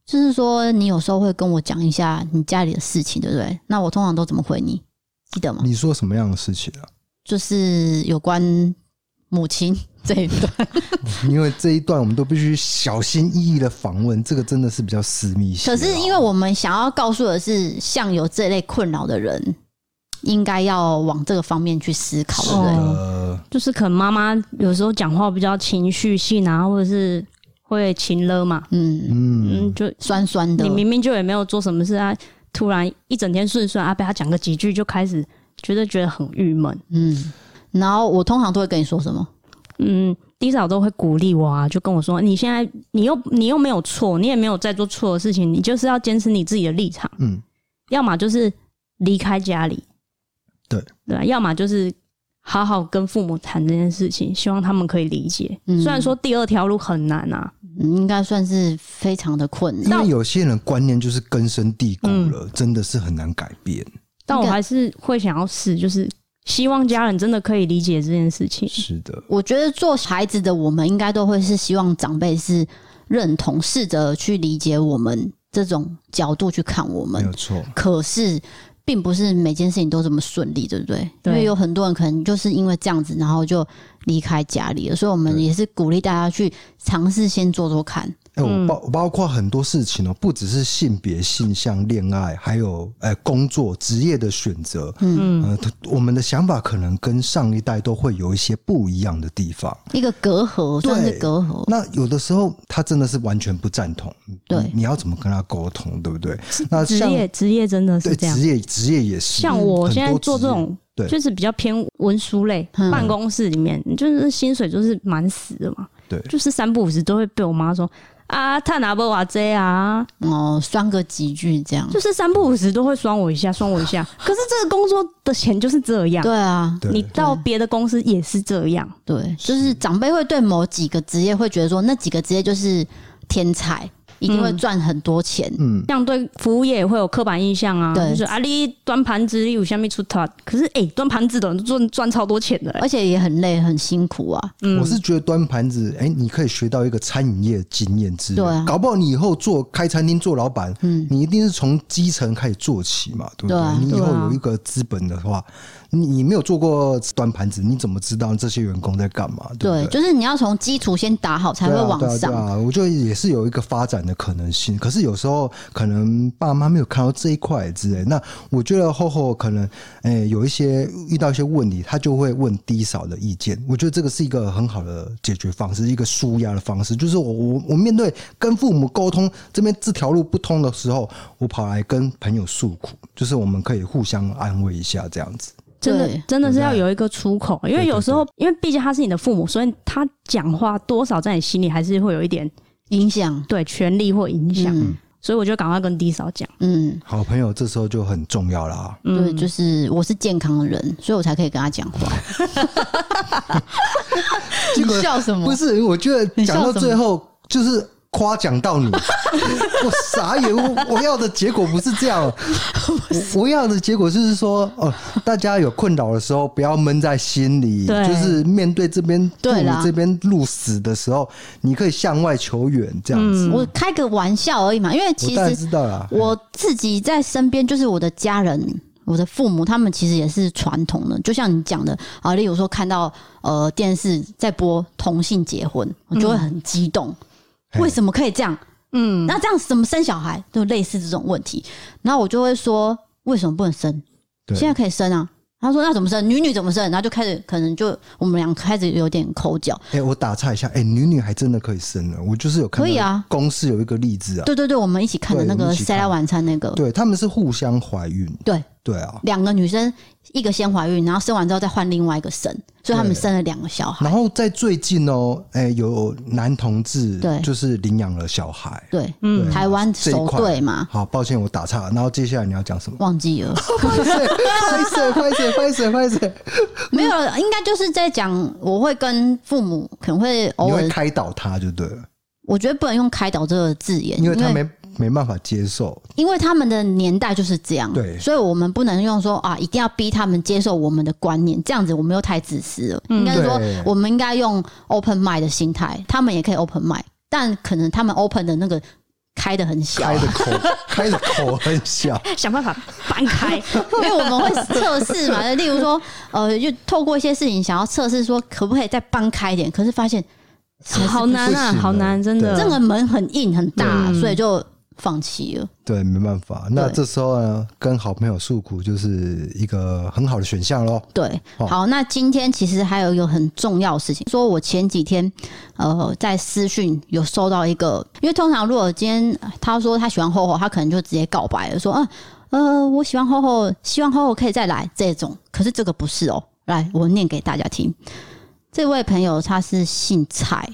S2: 就是说，你有时候会跟我讲一下你家里的事情，对不对？那我通常都怎么回你？记得吗？
S1: 你说什么样的事情啊？
S2: 就是有关母亲 这一段。
S1: 因为这一段我们都必须小心翼翼的访问，这个真的是比较私密性。啊
S2: 可是因为我们想要告诉的是，像有这类困扰的人，应该要往这个方面去思考，
S1: 是哦
S2: 对不对？
S1: 的，
S3: 就是可能妈妈有时候讲话比较情绪性啊，或者是会情了嘛，
S2: 嗯，
S1: 嗯，
S3: 嗯，就
S2: 酸酸的
S3: 你，明明就也没有做什么事啊，突然一整天顺顺啊，被他讲个几句就开始觉得觉得很郁闷。
S2: 嗯。然后我通常都会跟你说什么？
S3: 嗯，低嫂都会鼓励我啊，就跟我说：“你现在你又你又没有错，你也没有在做错的事情，你就是要坚持你自己的立场，
S1: 嗯，
S3: 要么就是离开家里，
S1: 对
S3: 对啊，要么就是好好跟父母谈这件事情，希望他们可以理解。
S2: 嗯
S3: 虽然说第二条路很难啊，
S2: 嗯应该算是非常的困
S1: 因
S2: 难。
S1: 为有些人观念就是根深蒂固了，
S2: 嗯
S1: 真的是很难改变。
S3: 但我
S2: 应该
S3: 还是会想要试，就是希望家人真的可以理解这件事情。
S1: 是的，
S2: 我觉得做孩子的我们，应该都会是希望长辈是认同，试着去理解我们这种角度去看我
S1: 没
S2: 们
S1: 有。错。
S2: 可是，并不是每件事情都这么顺利，对不对？
S3: 对
S2: 因为有很多人可能就是因为这样子，然后就离开家里了。所以，我们
S1: 对
S2: 也是鼓励大家去尝试先做做看。
S1: 哎、
S3: 嗯
S1: 我包包括很多事情哦、不只是性别、性向、恋爱，还有哎、工作、职业的选择。
S3: 嗯，
S1: 呃，它我们的想法可能跟上一代都会有一些不一样的地方。
S2: 一个隔阂，
S1: 对
S2: 算是隔阂。
S3: 哦
S1: 那有的时候他真的是完全不赞同，
S2: 对
S1: 你你要怎么跟他沟通，对不对？那
S3: 职
S1: 像
S3: 业职业真的是
S1: 对
S3: 这样
S1: 职。业职业也是，
S3: 像我现在做这
S1: 很多
S3: 种
S1: 职业，对
S3: 就是比较偏文书类，
S2: 嗯
S3: 办公室里面就是薪水就是蛮死的嘛，
S1: 对
S3: 就是三不五时都会被我妈说啊，他拿不瓦这啊，
S2: 哦，酸个几句这样。
S3: 就是三不五时都会酸我一下，酸我一下。可是这个工作的钱就是这样，
S2: 对啊，
S1: 对
S3: 你到别的公司也是这样，
S2: 对，就是长辈会对某几个职业会觉得说，那几个职业就是天才，一定会赚很多钱。
S1: 嗯，
S3: 像对服务业也会有刻板印象啊，
S2: 对
S3: 就是啊，你端盘子你有下面出头，可是哎、端盘子的人赚赚超多钱
S1: 哎
S3: 的、欸
S2: 而且也很累，很辛苦啊！
S1: 我是觉得端盘子，哎、你可以学到一个餐饮业经验之类，
S2: 对啊
S1: 搞不好你以后做开餐厅做老板，
S2: 嗯
S1: 你一定是从基层开始做起嘛，对不对？
S2: 对啊
S1: 你以
S3: 对
S1: 后
S3: 啊
S1: 有一个资本的话，你你没有做过端盘子，你怎么知道这些员工在干嘛？对不
S2: 对，
S1: 对？
S2: 就是你要从基础先打好，才会
S1: 对啊
S2: 往
S1: 对啊
S2: 上。
S1: 对啊，我觉得也是有一个发展的可能性。可是有时候可能爸妈没有看到这一块之类。那我觉得厚厚可能诶、有一些遇到一些问题，他就会问低嫂的意见。我觉得这个是一个很好的解决方式，一个舒压的方式。就是我我我面对跟父母沟通这边这条路不通的时候，我跑来跟朋友诉苦，就是我们可以互相安慰一下这样子。
S3: 真的
S2: 对
S3: 真的是
S1: 对不
S3: 要
S1: 对
S3: 有一个出口，因为
S1: 对对
S3: 有时候，因为毕竟他是你的父母，所以他讲话多少在你心里还是会有一点
S2: 影响，
S3: 对权力或影响，
S2: 嗯
S3: 所以我就赶快跟 D 嫂讲，
S2: 嗯，
S1: 好朋友这时候就很重要啊啦。
S2: 对，
S3: 嗯，
S2: 就是我是健康的人，所以我才可以跟他讲 话。
S1: 这个
S2: 笑什
S1: 不？是，我觉得讲到最后就是夸奖到你， 我傻眼，我我要的结果不是这 样，我我要的结果就是说，哦，大家有困扰的时候不要闷在心里，
S3: 对
S1: 就是面对这边父
S2: 对
S1: 母
S2: 啦
S1: 这边路死的时候，你可以向外求援这样子。
S2: 嗯我开个玩笑而已嘛，因为
S1: 我
S2: 其
S1: 当然
S2: 实
S1: 知道啦，
S2: 我自己在身边，就是我的家人。我的父母他们其实也是传统的，就像你讲的啊，例如说看到呃电视在播同性结婚，我就会很激动，
S1: 嘿
S2: 为什么可以这样？
S3: 嗯，
S2: 那这样怎么生小孩？就类似这种问题，然后我就会说为什么不能生？
S1: 对
S2: 现在可以生啊。他说那怎么生？女女怎么生？然后就开始可能就我们俩开始有点口角，
S1: 哎、我打岔一下，哎、女女还真的可以生了，我就是有看到
S2: 可以啊
S1: 公司有一个例子啊，
S2: 对对对，我们一起看的
S1: 对
S2: 那
S1: 我
S2: 个
S1: 们
S2: 《
S1: 一起
S2: 谁来
S1: 看
S2: 晚餐》那个，
S1: 对，他们是互相怀孕，
S2: 对，
S1: 对啊，
S2: 两个女生一个先怀孕，然后生完之后再换另外一个生，所以他们
S1: 对
S2: 生了两个小孩。
S1: 然后在最近哦，哎、有男同志
S2: 对
S1: 就是领养了小孩，
S2: 对，
S3: 嗯
S1: 对
S2: 台湾
S1: 这一
S2: 首
S1: 块
S2: 对嘛，？
S1: 好，抱歉我打岔了。然后接下来你要讲什么
S2: 忘记 了，
S1: 拍水，拍水，拍水，拍水，拍水！
S2: 没有，应该就是在讲，我会跟父母可能会
S1: 你
S2: 偶尔
S1: 会，开导他就对了，
S2: 我觉得不能用开导这个字眼，
S1: 因
S2: 因
S1: 为
S2: 为
S1: 他没没办法接受。
S2: 因为他们的年代就是这样，
S1: 对
S2: 所以我们不能用说啊，一定要逼他们接受我们的观念，这样子我们又太自私了。应该是说
S1: 对，
S2: 我们应该用 open mind 的心态，他们也可以 open mind，但可能他们 open 的那个开的很小
S1: 开， 的口，开的口很小，
S3: 想办法搬开，
S2: 因为我们会测试 嘛，例如说，呃，就透过一些事情想要测试说可不可以再搬开一点，可是发现
S3: 好难啊，
S1: 不行的
S3: 好难，真的，
S2: 这个门很硬很大，
S3: 嗯
S2: 所以就放弃了。
S1: 对，没办法。那
S2: 对
S1: 这时候呢，跟好朋友诉苦就是一个很好的选项喽。
S2: 对，
S1: 哦
S2: 好，那今天其实还有一个很重要的事情，说我前几天呃在私讯有收到一个，因为通常如果今天呃他说他喜欢厚厚，他可能就直接告白了，说嗯呃我喜欢厚厚，希望厚厚可以再来这种，可是这个不是哦，来我念给大家听，这位朋友他是姓蔡。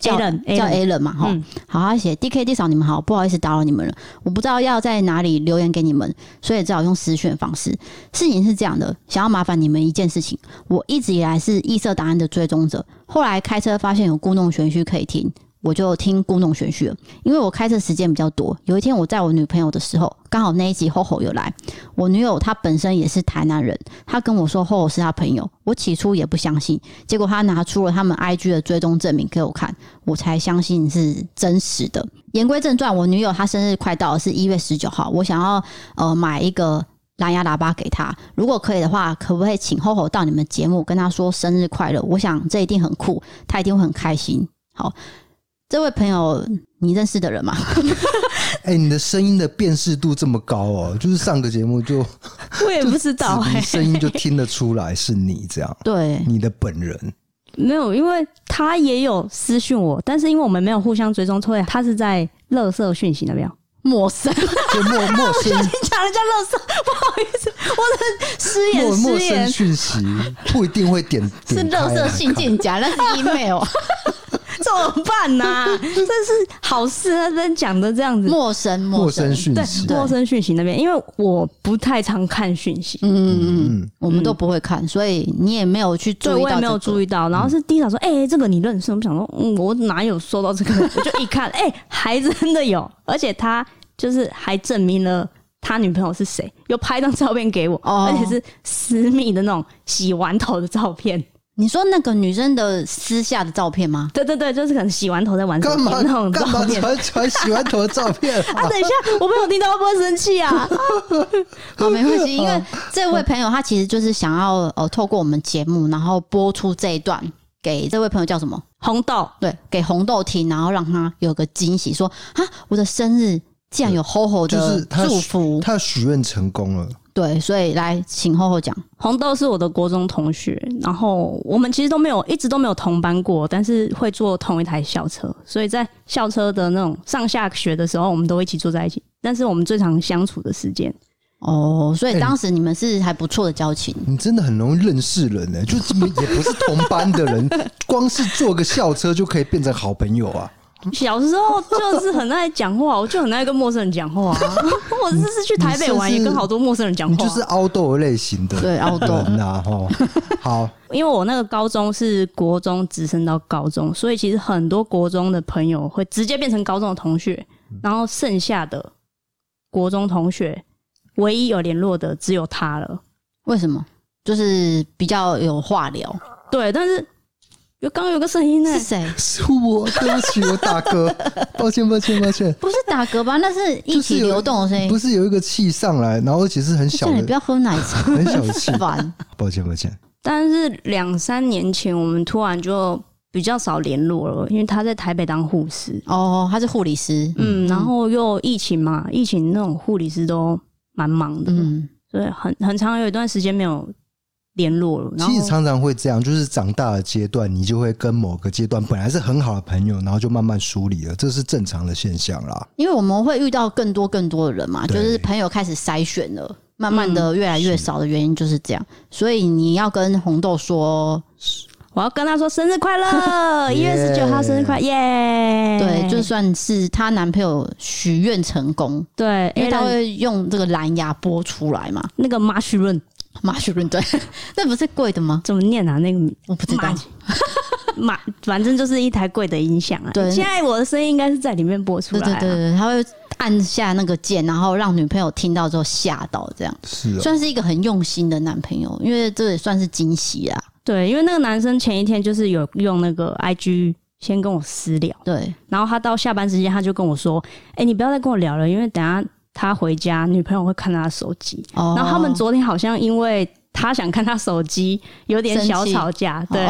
S2: 叫
S3: Alan，
S2: 叫
S3: Alan
S2: A 人嘛哈，
S3: 嗯
S2: 好，他写 D K D 嫂你们好，不好意思打扰你们了，我不知道要在哪里留言给你们，所以只好用私讯的方式。事情是这样的，想要麻烦你们一件事情，我一直以来是异色答案的追踪者，后来开车发现有故弄玄虚可以听。我就听故弄玄虚了，因为我开车时间比较多。有一天我载我女朋友的时候，刚好那一集吼吼有来，我女友她本身也是台南人，她跟我说吼吼是她朋友，我起初也不相信，结果她拿出了他们 IG 的追踪证明给我看，我才相信是真实的。言归正传，我女友她生日快到了，是一月十九号，我想要呃买一个蓝牙喇叭给她，如果可以的话，可不可以请厚厚到你们节目跟她说生日快乐？我想这一定很酷，她一定会很开心。好，这位朋友你认识的人吗？
S1: 哎、你的声音的辨识度这么高哦，就是上个节目 就
S3: 我也不知道
S1: 子
S3: 哎、
S1: 怡声音 就听得出来是你这样，
S2: 对，
S1: 你的本人。
S3: 没有，因为他也有私讯我，但是因为我们没有互相追踪，所以他是在垃圾讯息那边。
S2: 陌生。
S1: 就陌陌生
S3: 你讲人家垃圾，不好意思， 我的失
S1: 陌陌
S3: 言失
S1: 生
S3: 言，
S1: 讯息不一定会点
S2: 是
S1: 点开
S2: 垃
S1: 来
S2: 圾
S1: 看
S2: 信件夹，那是 email。
S3: 怎么办呢、这是好事，他真讲的这样子。
S2: 陌生，
S1: 陌
S2: 陌
S1: 生
S2: 生，
S1: 讯
S3: 对
S1: 息，，
S3: 陌生讯息那边，因为我不太常看讯息，
S2: 嗯嗯嗯，我们都不会看，所以你也没有去注
S3: 对
S2: 意
S3: 我
S2: 到、
S3: 也没有注
S2: 意。
S3: 意到。然后是低嫂说：“哎、这个你认识？”我想说：“嗯，我哪有收到这个？”我就一看，哎、 还真的有，而且他就是还证明了他女朋友是谁，又拍张照片给我，
S2: 哦
S3: 而且是私密的那种洗完头的照片。
S2: 你说那个女生的私下的照片吗？
S3: 对对对，就是可能洗完头在玩手
S1: 干
S3: 机
S1: 嘛
S3: 那种
S1: 干
S3: 照
S1: 嘛
S3: 片。
S1: 传传洗完头的照 片
S3: 啊，
S1: 啊？
S3: 等一下，我朋友听到会不会生气啊？
S2: 好，哦没关系，因
S1: 嗯
S2: 为这位朋友他其实就是想要呃，透过我们节目，然后播出这一段给这位朋友叫什么？
S3: 红豆，
S2: 对，给红豆听，然后让他有个惊喜，说啊，我的生日竟然有厚厚
S1: 就是
S2: 的
S1: 他
S2: 祝福。
S1: 他许愿成功了，
S2: 对，所以来请厚厚讲。
S3: 红豆是我的国中同学，然后我们其实都没有一直都没有同班过，但是会坐同一台校车，所以在校车的那种上下学的时候，我们都一起坐在一起。但是我们最常相处的时间，
S2: 哦，所以当时你们是还不错的交情。
S1: 你真的很容易认识人呢、就这么也不是同班的人， 光是坐个校车就可以变成好朋友啊！
S3: 小时候就是很爱讲话，我就很爱跟陌生人讲话、啊。 我这次去台北玩，
S1: 你
S3: 也
S1: 是
S3: 跟好多陌生人讲
S1: 你
S3: 话、啊
S1: 就是凹豆类型的
S2: 对凹豆
S1: 人呐、吼，好，
S3: 因为我那个高中是国中直升到高中，所以其实很多国中的朋友会直接变成高中的同学，然后剩下的国中同学唯一有联络的只有他了。
S2: 为什么？就是比较有话聊。
S3: 对，但是有刚刚有个声音呢、
S1: 嗯
S2: 是谁？
S1: 是我，对不起，我大哥，抱歉，抱歉，抱歉。
S2: 不是打嗝吧？那是一
S1: 就是
S2: 起
S1: 有
S2: 流动的声音。
S1: 不是有一个气上来，然后而且是很小
S2: 哎叫你不
S1: 的，
S2: 要喝奶茶，
S1: 很 小的气。
S2: 烦。
S1: 抱歉，抱 歉。
S3: 但是两三年前我们突然就比较少联络了，因为他在台北当护士，
S2: 哦，他是护理师，
S3: 嗯，然后又疫情嘛，疫情那种护理师都蛮忙的，
S2: 嗯，
S3: 所以很很长有一段时间没有联络了。然后
S1: 其实常常会这样，就是长大的阶段，你就会跟某个阶段本来是很好的朋友，然后就慢慢疏离了，这是正常的现象啦。
S2: 因为我们会遇到更多更多的人嘛，就
S1: 对
S2: 是朋友开始筛选了，慢慢的越来越少的原因就是这样。所以你要跟红豆说，
S3: 我要跟他说生日快乐，一月十九号生日快乐，耶！
S2: 对，就算是她男朋友许愿成功，
S3: 对，
S2: 因为他
S3: Alan
S2: 会用这个蓝牙播出来 嘛。
S3: 那个马许润
S2: 马雪润对，那不是贵的吗？
S3: 怎么念啊？那个
S2: 我不知道
S3: 马。 马，反正就是一台贵的音响啊。
S2: 对
S3: 现在我的声音应该是在里面播出
S2: 对
S3: 来、
S2: 对
S3: 啊。
S2: 对
S3: 对，
S2: 对，他会按下那个键，然后让女朋友听到之后吓到，这样
S1: 是哦，
S2: 算是一啊个很用心的男朋友，因为这也算是惊喜啊。
S3: 因为那个男生前一天就是有用那个 IG 先跟我私聊，
S2: 对，
S3: 然后他到下班时间他就跟我说：“哎、你不要再跟我聊了，因为等下他回家女朋友会看他的手机。
S2: 哦
S3: 然后他们昨天好像因为。他想看他手机，有点小吵架。对，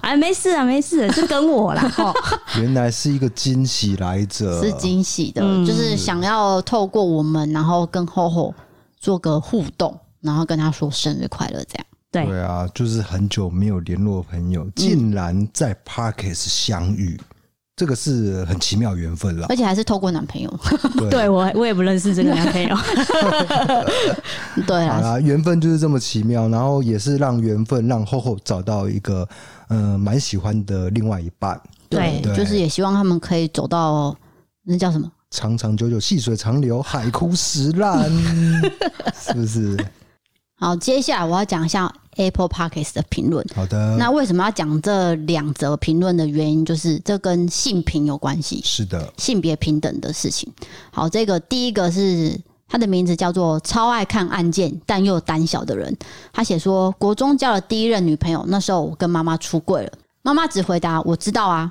S3: 哎，没事啊，没事，就跟 我啦。哦，
S1: 原来是一个惊喜来着，
S2: 是惊喜的，就是想要透过我们，然后跟 HoHo 做个互动，然后跟他说生日快乐这样。
S3: 对，
S1: 对啊，就是很久没有联络的朋
S2: 嗯
S1: 友，竟然在 Parkes 相遇，这个是很奇妙缘分了
S2: 而。且还是透过男朋友，
S3: 对我我也不认识这个男朋友。
S2: 对
S1: 好
S2: 啊，
S1: 啦，缘分就是这么奇妙，然后也是让缘分让厚厚找到一个呃蛮喜欢的另外一半，
S2: 对，
S1: 对
S2: 就是也希望他们可以走到那叫什么？
S1: 长长久久，细水长流，海枯石 烂，是不是？
S2: 好，接下来我要讲一下 Apple Podcast 的评论。
S1: 好的，
S2: 那为什么要讲这两则评论的原因，就是这跟性平有关系，
S1: 是的，
S2: 性别平等的事情。好，这个第一个是他的名字叫做“超爱看案件但又胆小的人”，他写说国中交了第一任女朋友，那时候我跟妈妈出柜了，妈妈只回答我知道啊。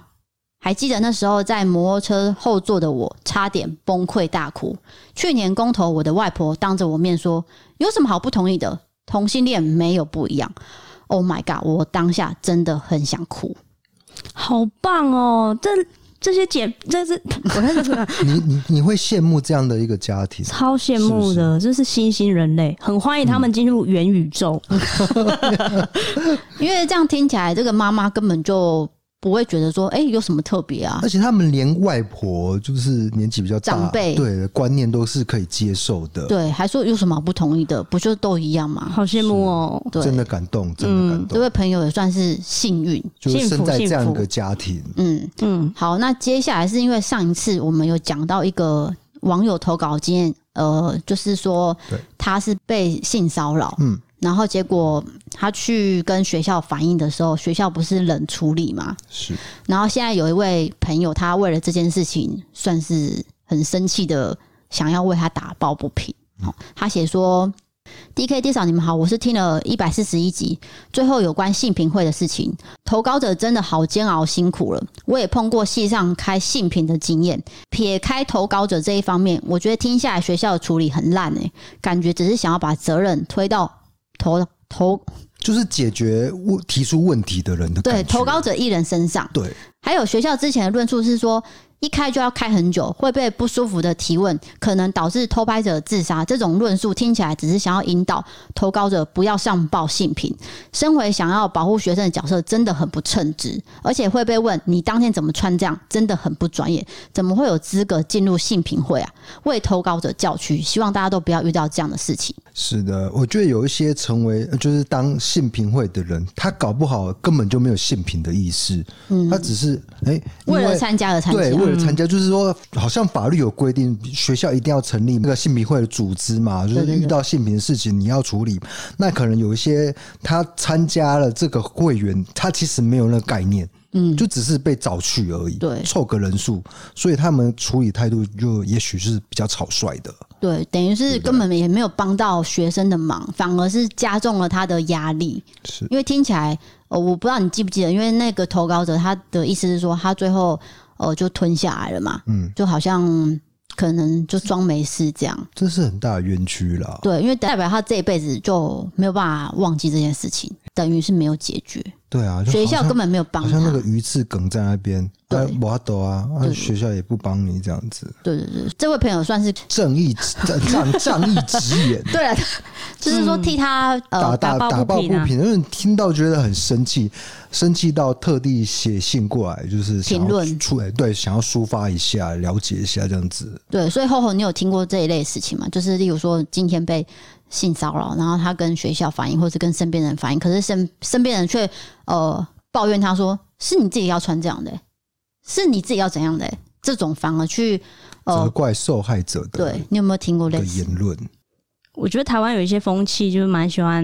S2: 还记得那时候在摩托车后座的我，差点崩溃大哭。去年公投，我的外婆当着我面说：“有什么好不同意的？同性恋没有不一样。”Oh my god！我当下真的很想哭。
S3: 好棒哦！这这些姐，这是我在这个
S1: 你你你会羡慕这样的一个家庭，
S3: 超羡慕的，这是新兴人类，很欢迎他们进入元宇宙。
S2: 因为这样听起来，这个妈妈根本就不会觉得说，哎、有什么特别啊
S1: 而？且他们连外婆就是年纪比较大
S2: 长辈
S1: 对的观念都是可以接受的，
S2: 对，还说有什么不同意的，不就都一样吗？
S3: 好羡慕哦！
S2: 对，
S1: 真的感动，真的感
S2: 这
S1: 动，
S2: 位朋友也算是幸运。
S1: 就是
S3: 幸
S1: 生
S3: 福
S1: 在这
S3: 幸
S1: 样一
S3: 福
S1: 个家庭，
S2: 嗯，
S3: 嗯，
S2: 好，那接下来是因为上一次我们有讲到一个网友投稿经验，呃，就是说
S1: 对
S2: 他是被性骚扰，
S1: 嗯，
S2: 然后结果他去跟学校反映的时候，学校不是冷处理嘛，
S1: 是
S2: 然后现在有一位朋友，他为了这件事情算是很生气的，想要为他打抱不平。哦、
S1: 嗯
S2: 他写说：“D K D 嫂，你们好，我是听了一百四十一集，最后有关性平会的事情，投稿者真的好煎熬，辛苦了。我也碰过系上开性平的经验，撇开投稿者这一方面，我觉得听下来学校的处理很烂诶、感觉只是想要把责任推到投投
S1: 就是解决问提出问题的人的
S2: 对
S1: 感觉
S2: 投稿者一人身上。”
S1: 对
S2: 还有学校之前的论述是说，一开就要开很久，会被不舒服的提问，可能导致偷拍者自杀。这种论述听起来只是想要引导投稿者不要上报性平。身为想要保护学生的角色，真的很不称职，而且会被问你当天怎么穿这样，真的很不专业，怎么会有资格进入性平会啊？为投稿者叫屈，希望大家都不要遇到这样的事情。
S1: 是的，我觉得有一些成为呃就是当性平会的人，他搞不好根本就没有性平的意识，嗯，他只是哎、因
S2: 为了参加而参加，啊
S1: 对，为了参加，就是说，好像法律有规定，学校一定要成立那个性平会的组织嘛，就是
S2: 对对
S1: 遇到性平的事情你要处理。那可能有一些他参加了这个会员，他其实没有那个概念，嗯，就只是被找去而已，
S2: 对
S1: 凑个人数，所以他们处理态度就也许是比较草率的，
S2: 对，等于是
S1: 不对
S2: 根本也没有帮到学生的忙，反而是加重了他的压力。
S1: 是
S2: 因为听起来，呃，我不知道你记不记得，因为那个投稿者他的意思是说，他最后呃就吞下来了嘛，嗯，就好像可能就装没事这样。
S1: 这是很大的冤屈啦。
S2: 对，因为代表他这一辈子就没有办法忘记这件事情，等于是没有解决，
S1: 对啊，就
S2: 学
S1: 好
S2: 校
S1: 像
S2: 根本没有帮
S1: 好
S2: 他。
S1: 像那个鱼翅梗在那边，
S2: 对
S1: 啊，我抖啊，啊
S2: 对
S1: 学校也不帮你这样子，
S2: 对对对，这位朋友算是
S1: 正义仗仗义直言。
S2: 对了，就是说替他、
S1: 嗯打
S2: 呃
S1: 打
S3: 打抱
S1: 打
S3: 不
S1: 抱
S3: 平啊
S1: 不平，有人听到觉得很生气，生气到特地写信过来，就是想要
S2: 评论
S1: 出来，对，想要抒发一下，了解一下这样子。
S2: 对，所以厚厚，你有听过这一类事情吗？就是例如说，今天被性骚扰，然后他跟学校反映，或是跟身边人反映，可是身身边人却呃抱怨他说：“是你自己要穿这样的欸、是你自己要怎样的欸、这种反而去
S1: 责
S2: 呃，
S1: 怪受害者的
S2: 对你有没有听过类
S1: 的
S2: 似
S1: 言论，
S3: 我觉得台湾有一些风气，就是蛮喜欢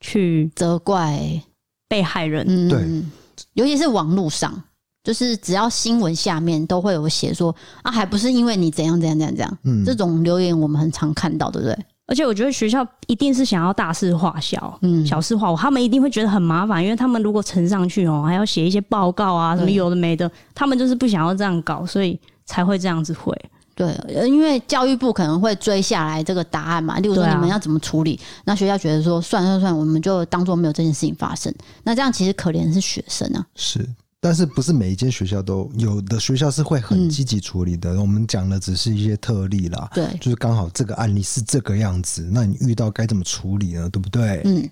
S3: 去
S2: 责怪？
S3: 被害人。
S1: 对
S2: 嗯，尤其是网络上，就是只要新闻下面都会有写说啊，还不是因为你怎样怎样怎样怎样，
S1: 嗯
S2: 这种留言我们很常看到，对不对？
S3: 而且我觉得学校一定是想要大事化小，
S2: 嗯
S3: 小事化无，他们一定会觉得很麻烦，因为他们如果呈上去哦，还要写一些报告啊，什么
S2: 对
S3: 有的没的，他们就是不想要这样搞，所以才会这样子会。
S2: 对，呃因为教育部可能会追下来这个答案嘛，例如说
S3: 对啊
S2: 你们要怎么处理，那学校觉得说算算算，我们就当做没有这件事情发生。那这样其实可怜的是学生啊，
S1: 是，但是不是每一间学校都有的学校是会
S2: 嗯
S1: 很积极处理的。我们讲的只是一些特例啦，
S3: 啊
S2: 对
S1: 就是刚好这个案例是这个样子，那你遇到该怎么处理呢？对不对？
S2: 嗯，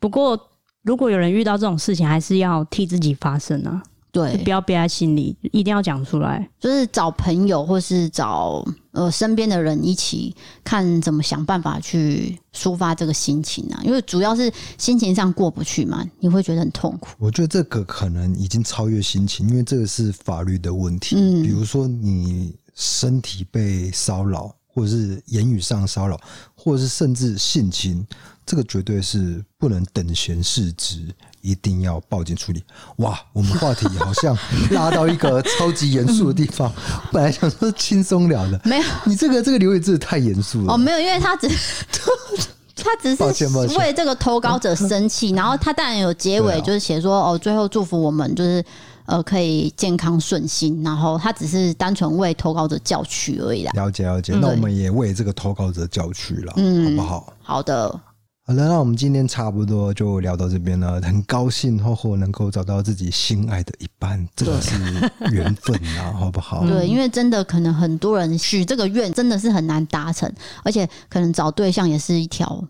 S3: 不过，如果有人遇到这种事情，还是要替自己发声啊，
S2: 对
S3: 不，要憋在心里，一定要讲出来。
S2: 就是找朋友或是找呃身边的人一起看怎么想办法去抒发这个心情啊，因为主要是心情上过不去嘛，你会觉得很痛苦。
S1: 我觉得这个可能已经超越心情，因为这个是法律的问题。
S2: 嗯
S1: 比如说你身体被骚扰，或者是言语上骚扰，或者是甚至性侵，这个绝对是不能等闲视之，一定要报警处理。哇，我们话题好像拉到一个超级严肃的地 方，本来想说轻松聊的，
S2: 没有
S1: 你这个这个留言真的太严肃了。
S2: 哦，没有，因为他只 他只
S1: 嗯抱歉抱
S2: 是
S1: 歉
S2: 为这个投稿者 生气，然后他当然有结
S1: 对
S2: 尾
S1: 啊
S2: 就是写说、哦，最后祝福我们就是呃可以健康顺心，然后他只是单纯为投稿者叫屈而已啦。
S1: 了解了解，
S3: 嗯
S1: 那我
S2: 对
S1: 们也为这个投稿者叫屈了，
S2: 嗯
S1: 好不好？
S2: 好的，
S1: 好的，那我们今天差不多就聊到这边 了。很高兴厚厚能够找到自己心爱的一半，这个是缘分 啊，好不好？
S2: 对，因为真的可能很多人许这个愿真的是很难达成，而且可能找对象也是一条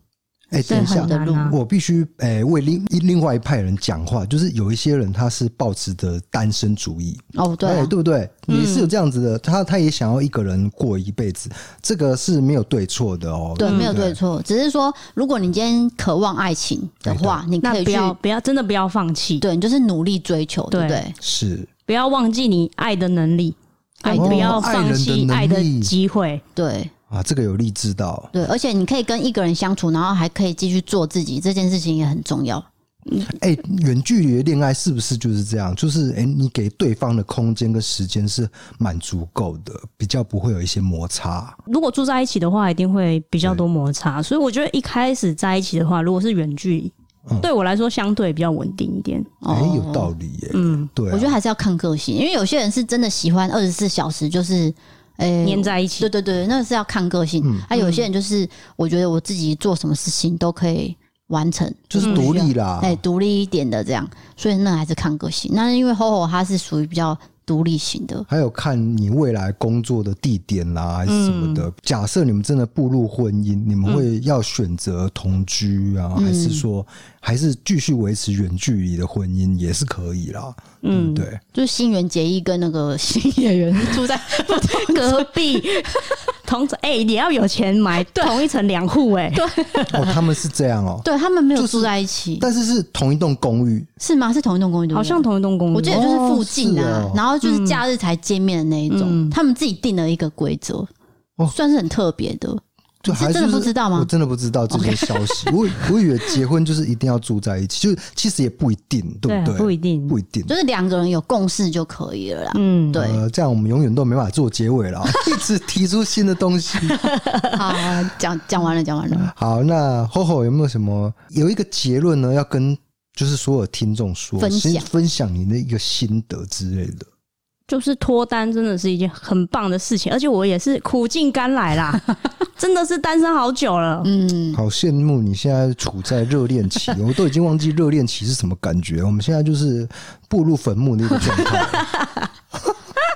S1: 哎、等一
S3: 这
S1: 下
S3: 很，难啊。
S1: 我必须哎、为另另外一派人讲话，就是有一些人他是抱持着单身主义，
S2: 哦，对
S1: 哎
S2: 啊、
S1: 对不对？也是有这样子的，他他也想要一个人过一辈子，这个是没有对错的哦。
S2: 对，
S1: 不
S2: 没有对错，只是说如果你今天渴望爱情的
S1: 哎
S2: 话，你可
S3: 那
S2: 以
S3: 不
S2: 去
S3: 要不要真的不要放弃，
S2: 对，你就是努力追求，对不
S3: 对
S2: 对？
S1: 是
S3: 不要忘记你爱的能力，
S2: 爱
S3: 哎，
S2: 的
S3: 不要
S1: 哦爱人
S3: 放
S1: 的
S3: 弃
S1: 能
S3: 爱的
S1: 力
S3: 机会。
S2: 对。
S1: 啊，这个有励志到。
S2: 对，而且你可以跟一个人相处，然后还可以继续做自己，这件事情也很重要。
S1: 哎、远距离的恋爱是不是就是这样？就是哎、你给对方的空间跟时间是蛮足够的，比较不会有一些摩擦。
S3: 如果住在一起的话，一定会比较多摩擦，所以我觉得一开始在一起的话，如果是远距离，
S1: 嗯
S3: 对我来说相对比较稳定一点。
S1: 哎、有道理耶、
S3: 嗯，
S1: 对啊、
S2: 哦我觉得还是要看个性，因为有些人是真的喜欢二十四小时，就是诶
S3: 黏嗯在一起
S2: 对，对对，那是要看个性。
S1: 嗯
S2: 啊，有些人就是我觉得我自己做什么事情都可以完成，
S1: 就是独立啦。
S2: 哎、独立一点的这样，所以那还是看个性。那因为 HoHo 他是属于比较独立型的，
S1: 还有看你未来工作的地点啦，还是什么
S2: 嗯
S1: 的。假设你们真的步入婚姻，你们会要选择同居啊，还
S2: 嗯
S1: 是说还是继续维持远距离的婚姻也是可以啦，
S3: 嗯，
S1: 对不对？
S2: 就是新垣结衣跟那个新演员住在 不同
S3: 隔壁 同哎、也要有钱买同一层两户哎，
S1: 哦，他们是这样哦、
S2: 对他们没有
S1: 就是
S2: 住在一起，
S1: 但是是同一栋公寓，
S2: 是吗？是同一栋公寓对不
S3: 好
S2: 对
S3: 像同一栋公寓，
S2: 我记得就是附近
S1: 嗯
S2: 啊，
S1: 哦是哦
S2: 然后就是假日才见面的那一种，
S3: 嗯
S2: 他们自己定了一个规则，
S1: 哦
S2: 算是很特别的。
S1: 就
S2: 你是
S1: 还
S2: 真的
S1: 就
S2: 不知道吗
S1: 我真的不知道这些消息。我以我以为结婚就是一定要住在一起，就是其实也不一定，对
S3: 对
S1: 不
S2: 啊
S1: 对？
S3: 不一定，
S1: 不一定
S2: 就。是两个人有共识就可以了啦。
S3: 嗯，
S2: 对
S1: 呃，这样我们永远都没办法做结尾了，啊 一直提出新的东西。
S2: 好，讲讲完了，讲完了，
S1: 好，那 HoHo 有没有什么有一个结论呢？要跟就是所有听众说，
S2: 分享
S1: 先分享你的一个心得之类的。
S3: 就是脱单真的是一件很棒的事情，而且我也是苦尽甘来 啦，真的是单身好久了。
S2: 嗯，
S1: 好羡慕你现在处在热恋期，我都已经忘记热恋期是什么感觉。我们现在就是步入坟墓的一个状 态。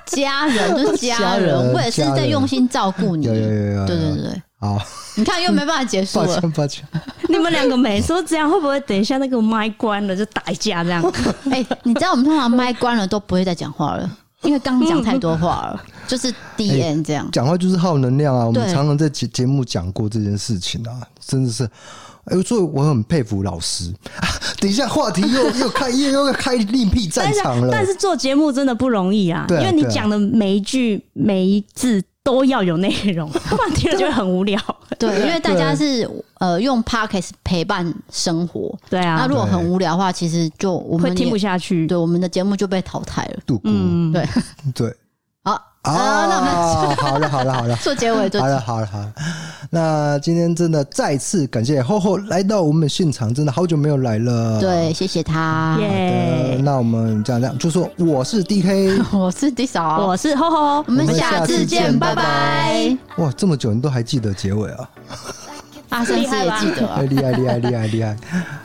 S2: 家人就是家
S1: 家
S2: 人，
S1: 人
S2: 我也是
S1: 家
S2: 在
S1: 人
S2: 用心照顾你。
S1: 有有有有有
S2: 对对对对，
S1: 好，
S2: 你看又没办法结束
S1: 抱
S2: 了。
S1: 歉抱歉。
S3: 你们两个每次都这样，会不会等一下那个麦关了就打一架 这样？
S2: 哎、你知道我们通常麦关了都不会再讲话了，因为刚刚讲太多 话了，就是 D
S1: 哎
S2: N 这样。
S1: 讲话就是耗能量啊。我们
S2: 对
S1: 常常在节节目讲过这件事情啊，真的是，哎、所以我很佩服老师。 啊、等一下话题又 又开又又要开另辟战
S3: 但是
S1: 场了，
S3: 但是做节目真的不容易啊，
S1: 对啊
S3: 因为你
S1: 对啊
S3: 讲的每一句每一字都要有内 容，不然听了就会很无聊。
S2: 对，因为大家是呃用 Podcast 陪伴生活，
S3: 对
S2: 那
S3: 啊，
S2: 如果很无聊的话，其实就我们
S3: 会
S2: 也
S3: 听不下去。
S2: 对，我们的节目就被淘汰了。
S1: 度过、
S3: 嗯，
S2: 对，
S1: 对啊
S2: 好，啊那我们
S1: 好了好了好了好了
S2: 做结尾就
S1: 好了好了好了，那今天真的再次感谢厚厚来到我们现场，真的好久没有来了。
S2: 对，谢谢他。
S1: 呃，
S3: 耶！
S1: 那我们这样这样，就说我是 D K，
S2: 我是 D 嫂，
S3: 我是厚厚
S2: 我，们
S1: 我们
S2: 下
S1: 下
S2: 次
S1: 次
S2: 见，
S1: 见
S2: 拜
S1: 拜
S2: 拜。
S1: 哇，这 么久你都还记得结尾啊，
S2: 阿生是也记得啊
S1: 哎，。厉害厉害厉害厉害！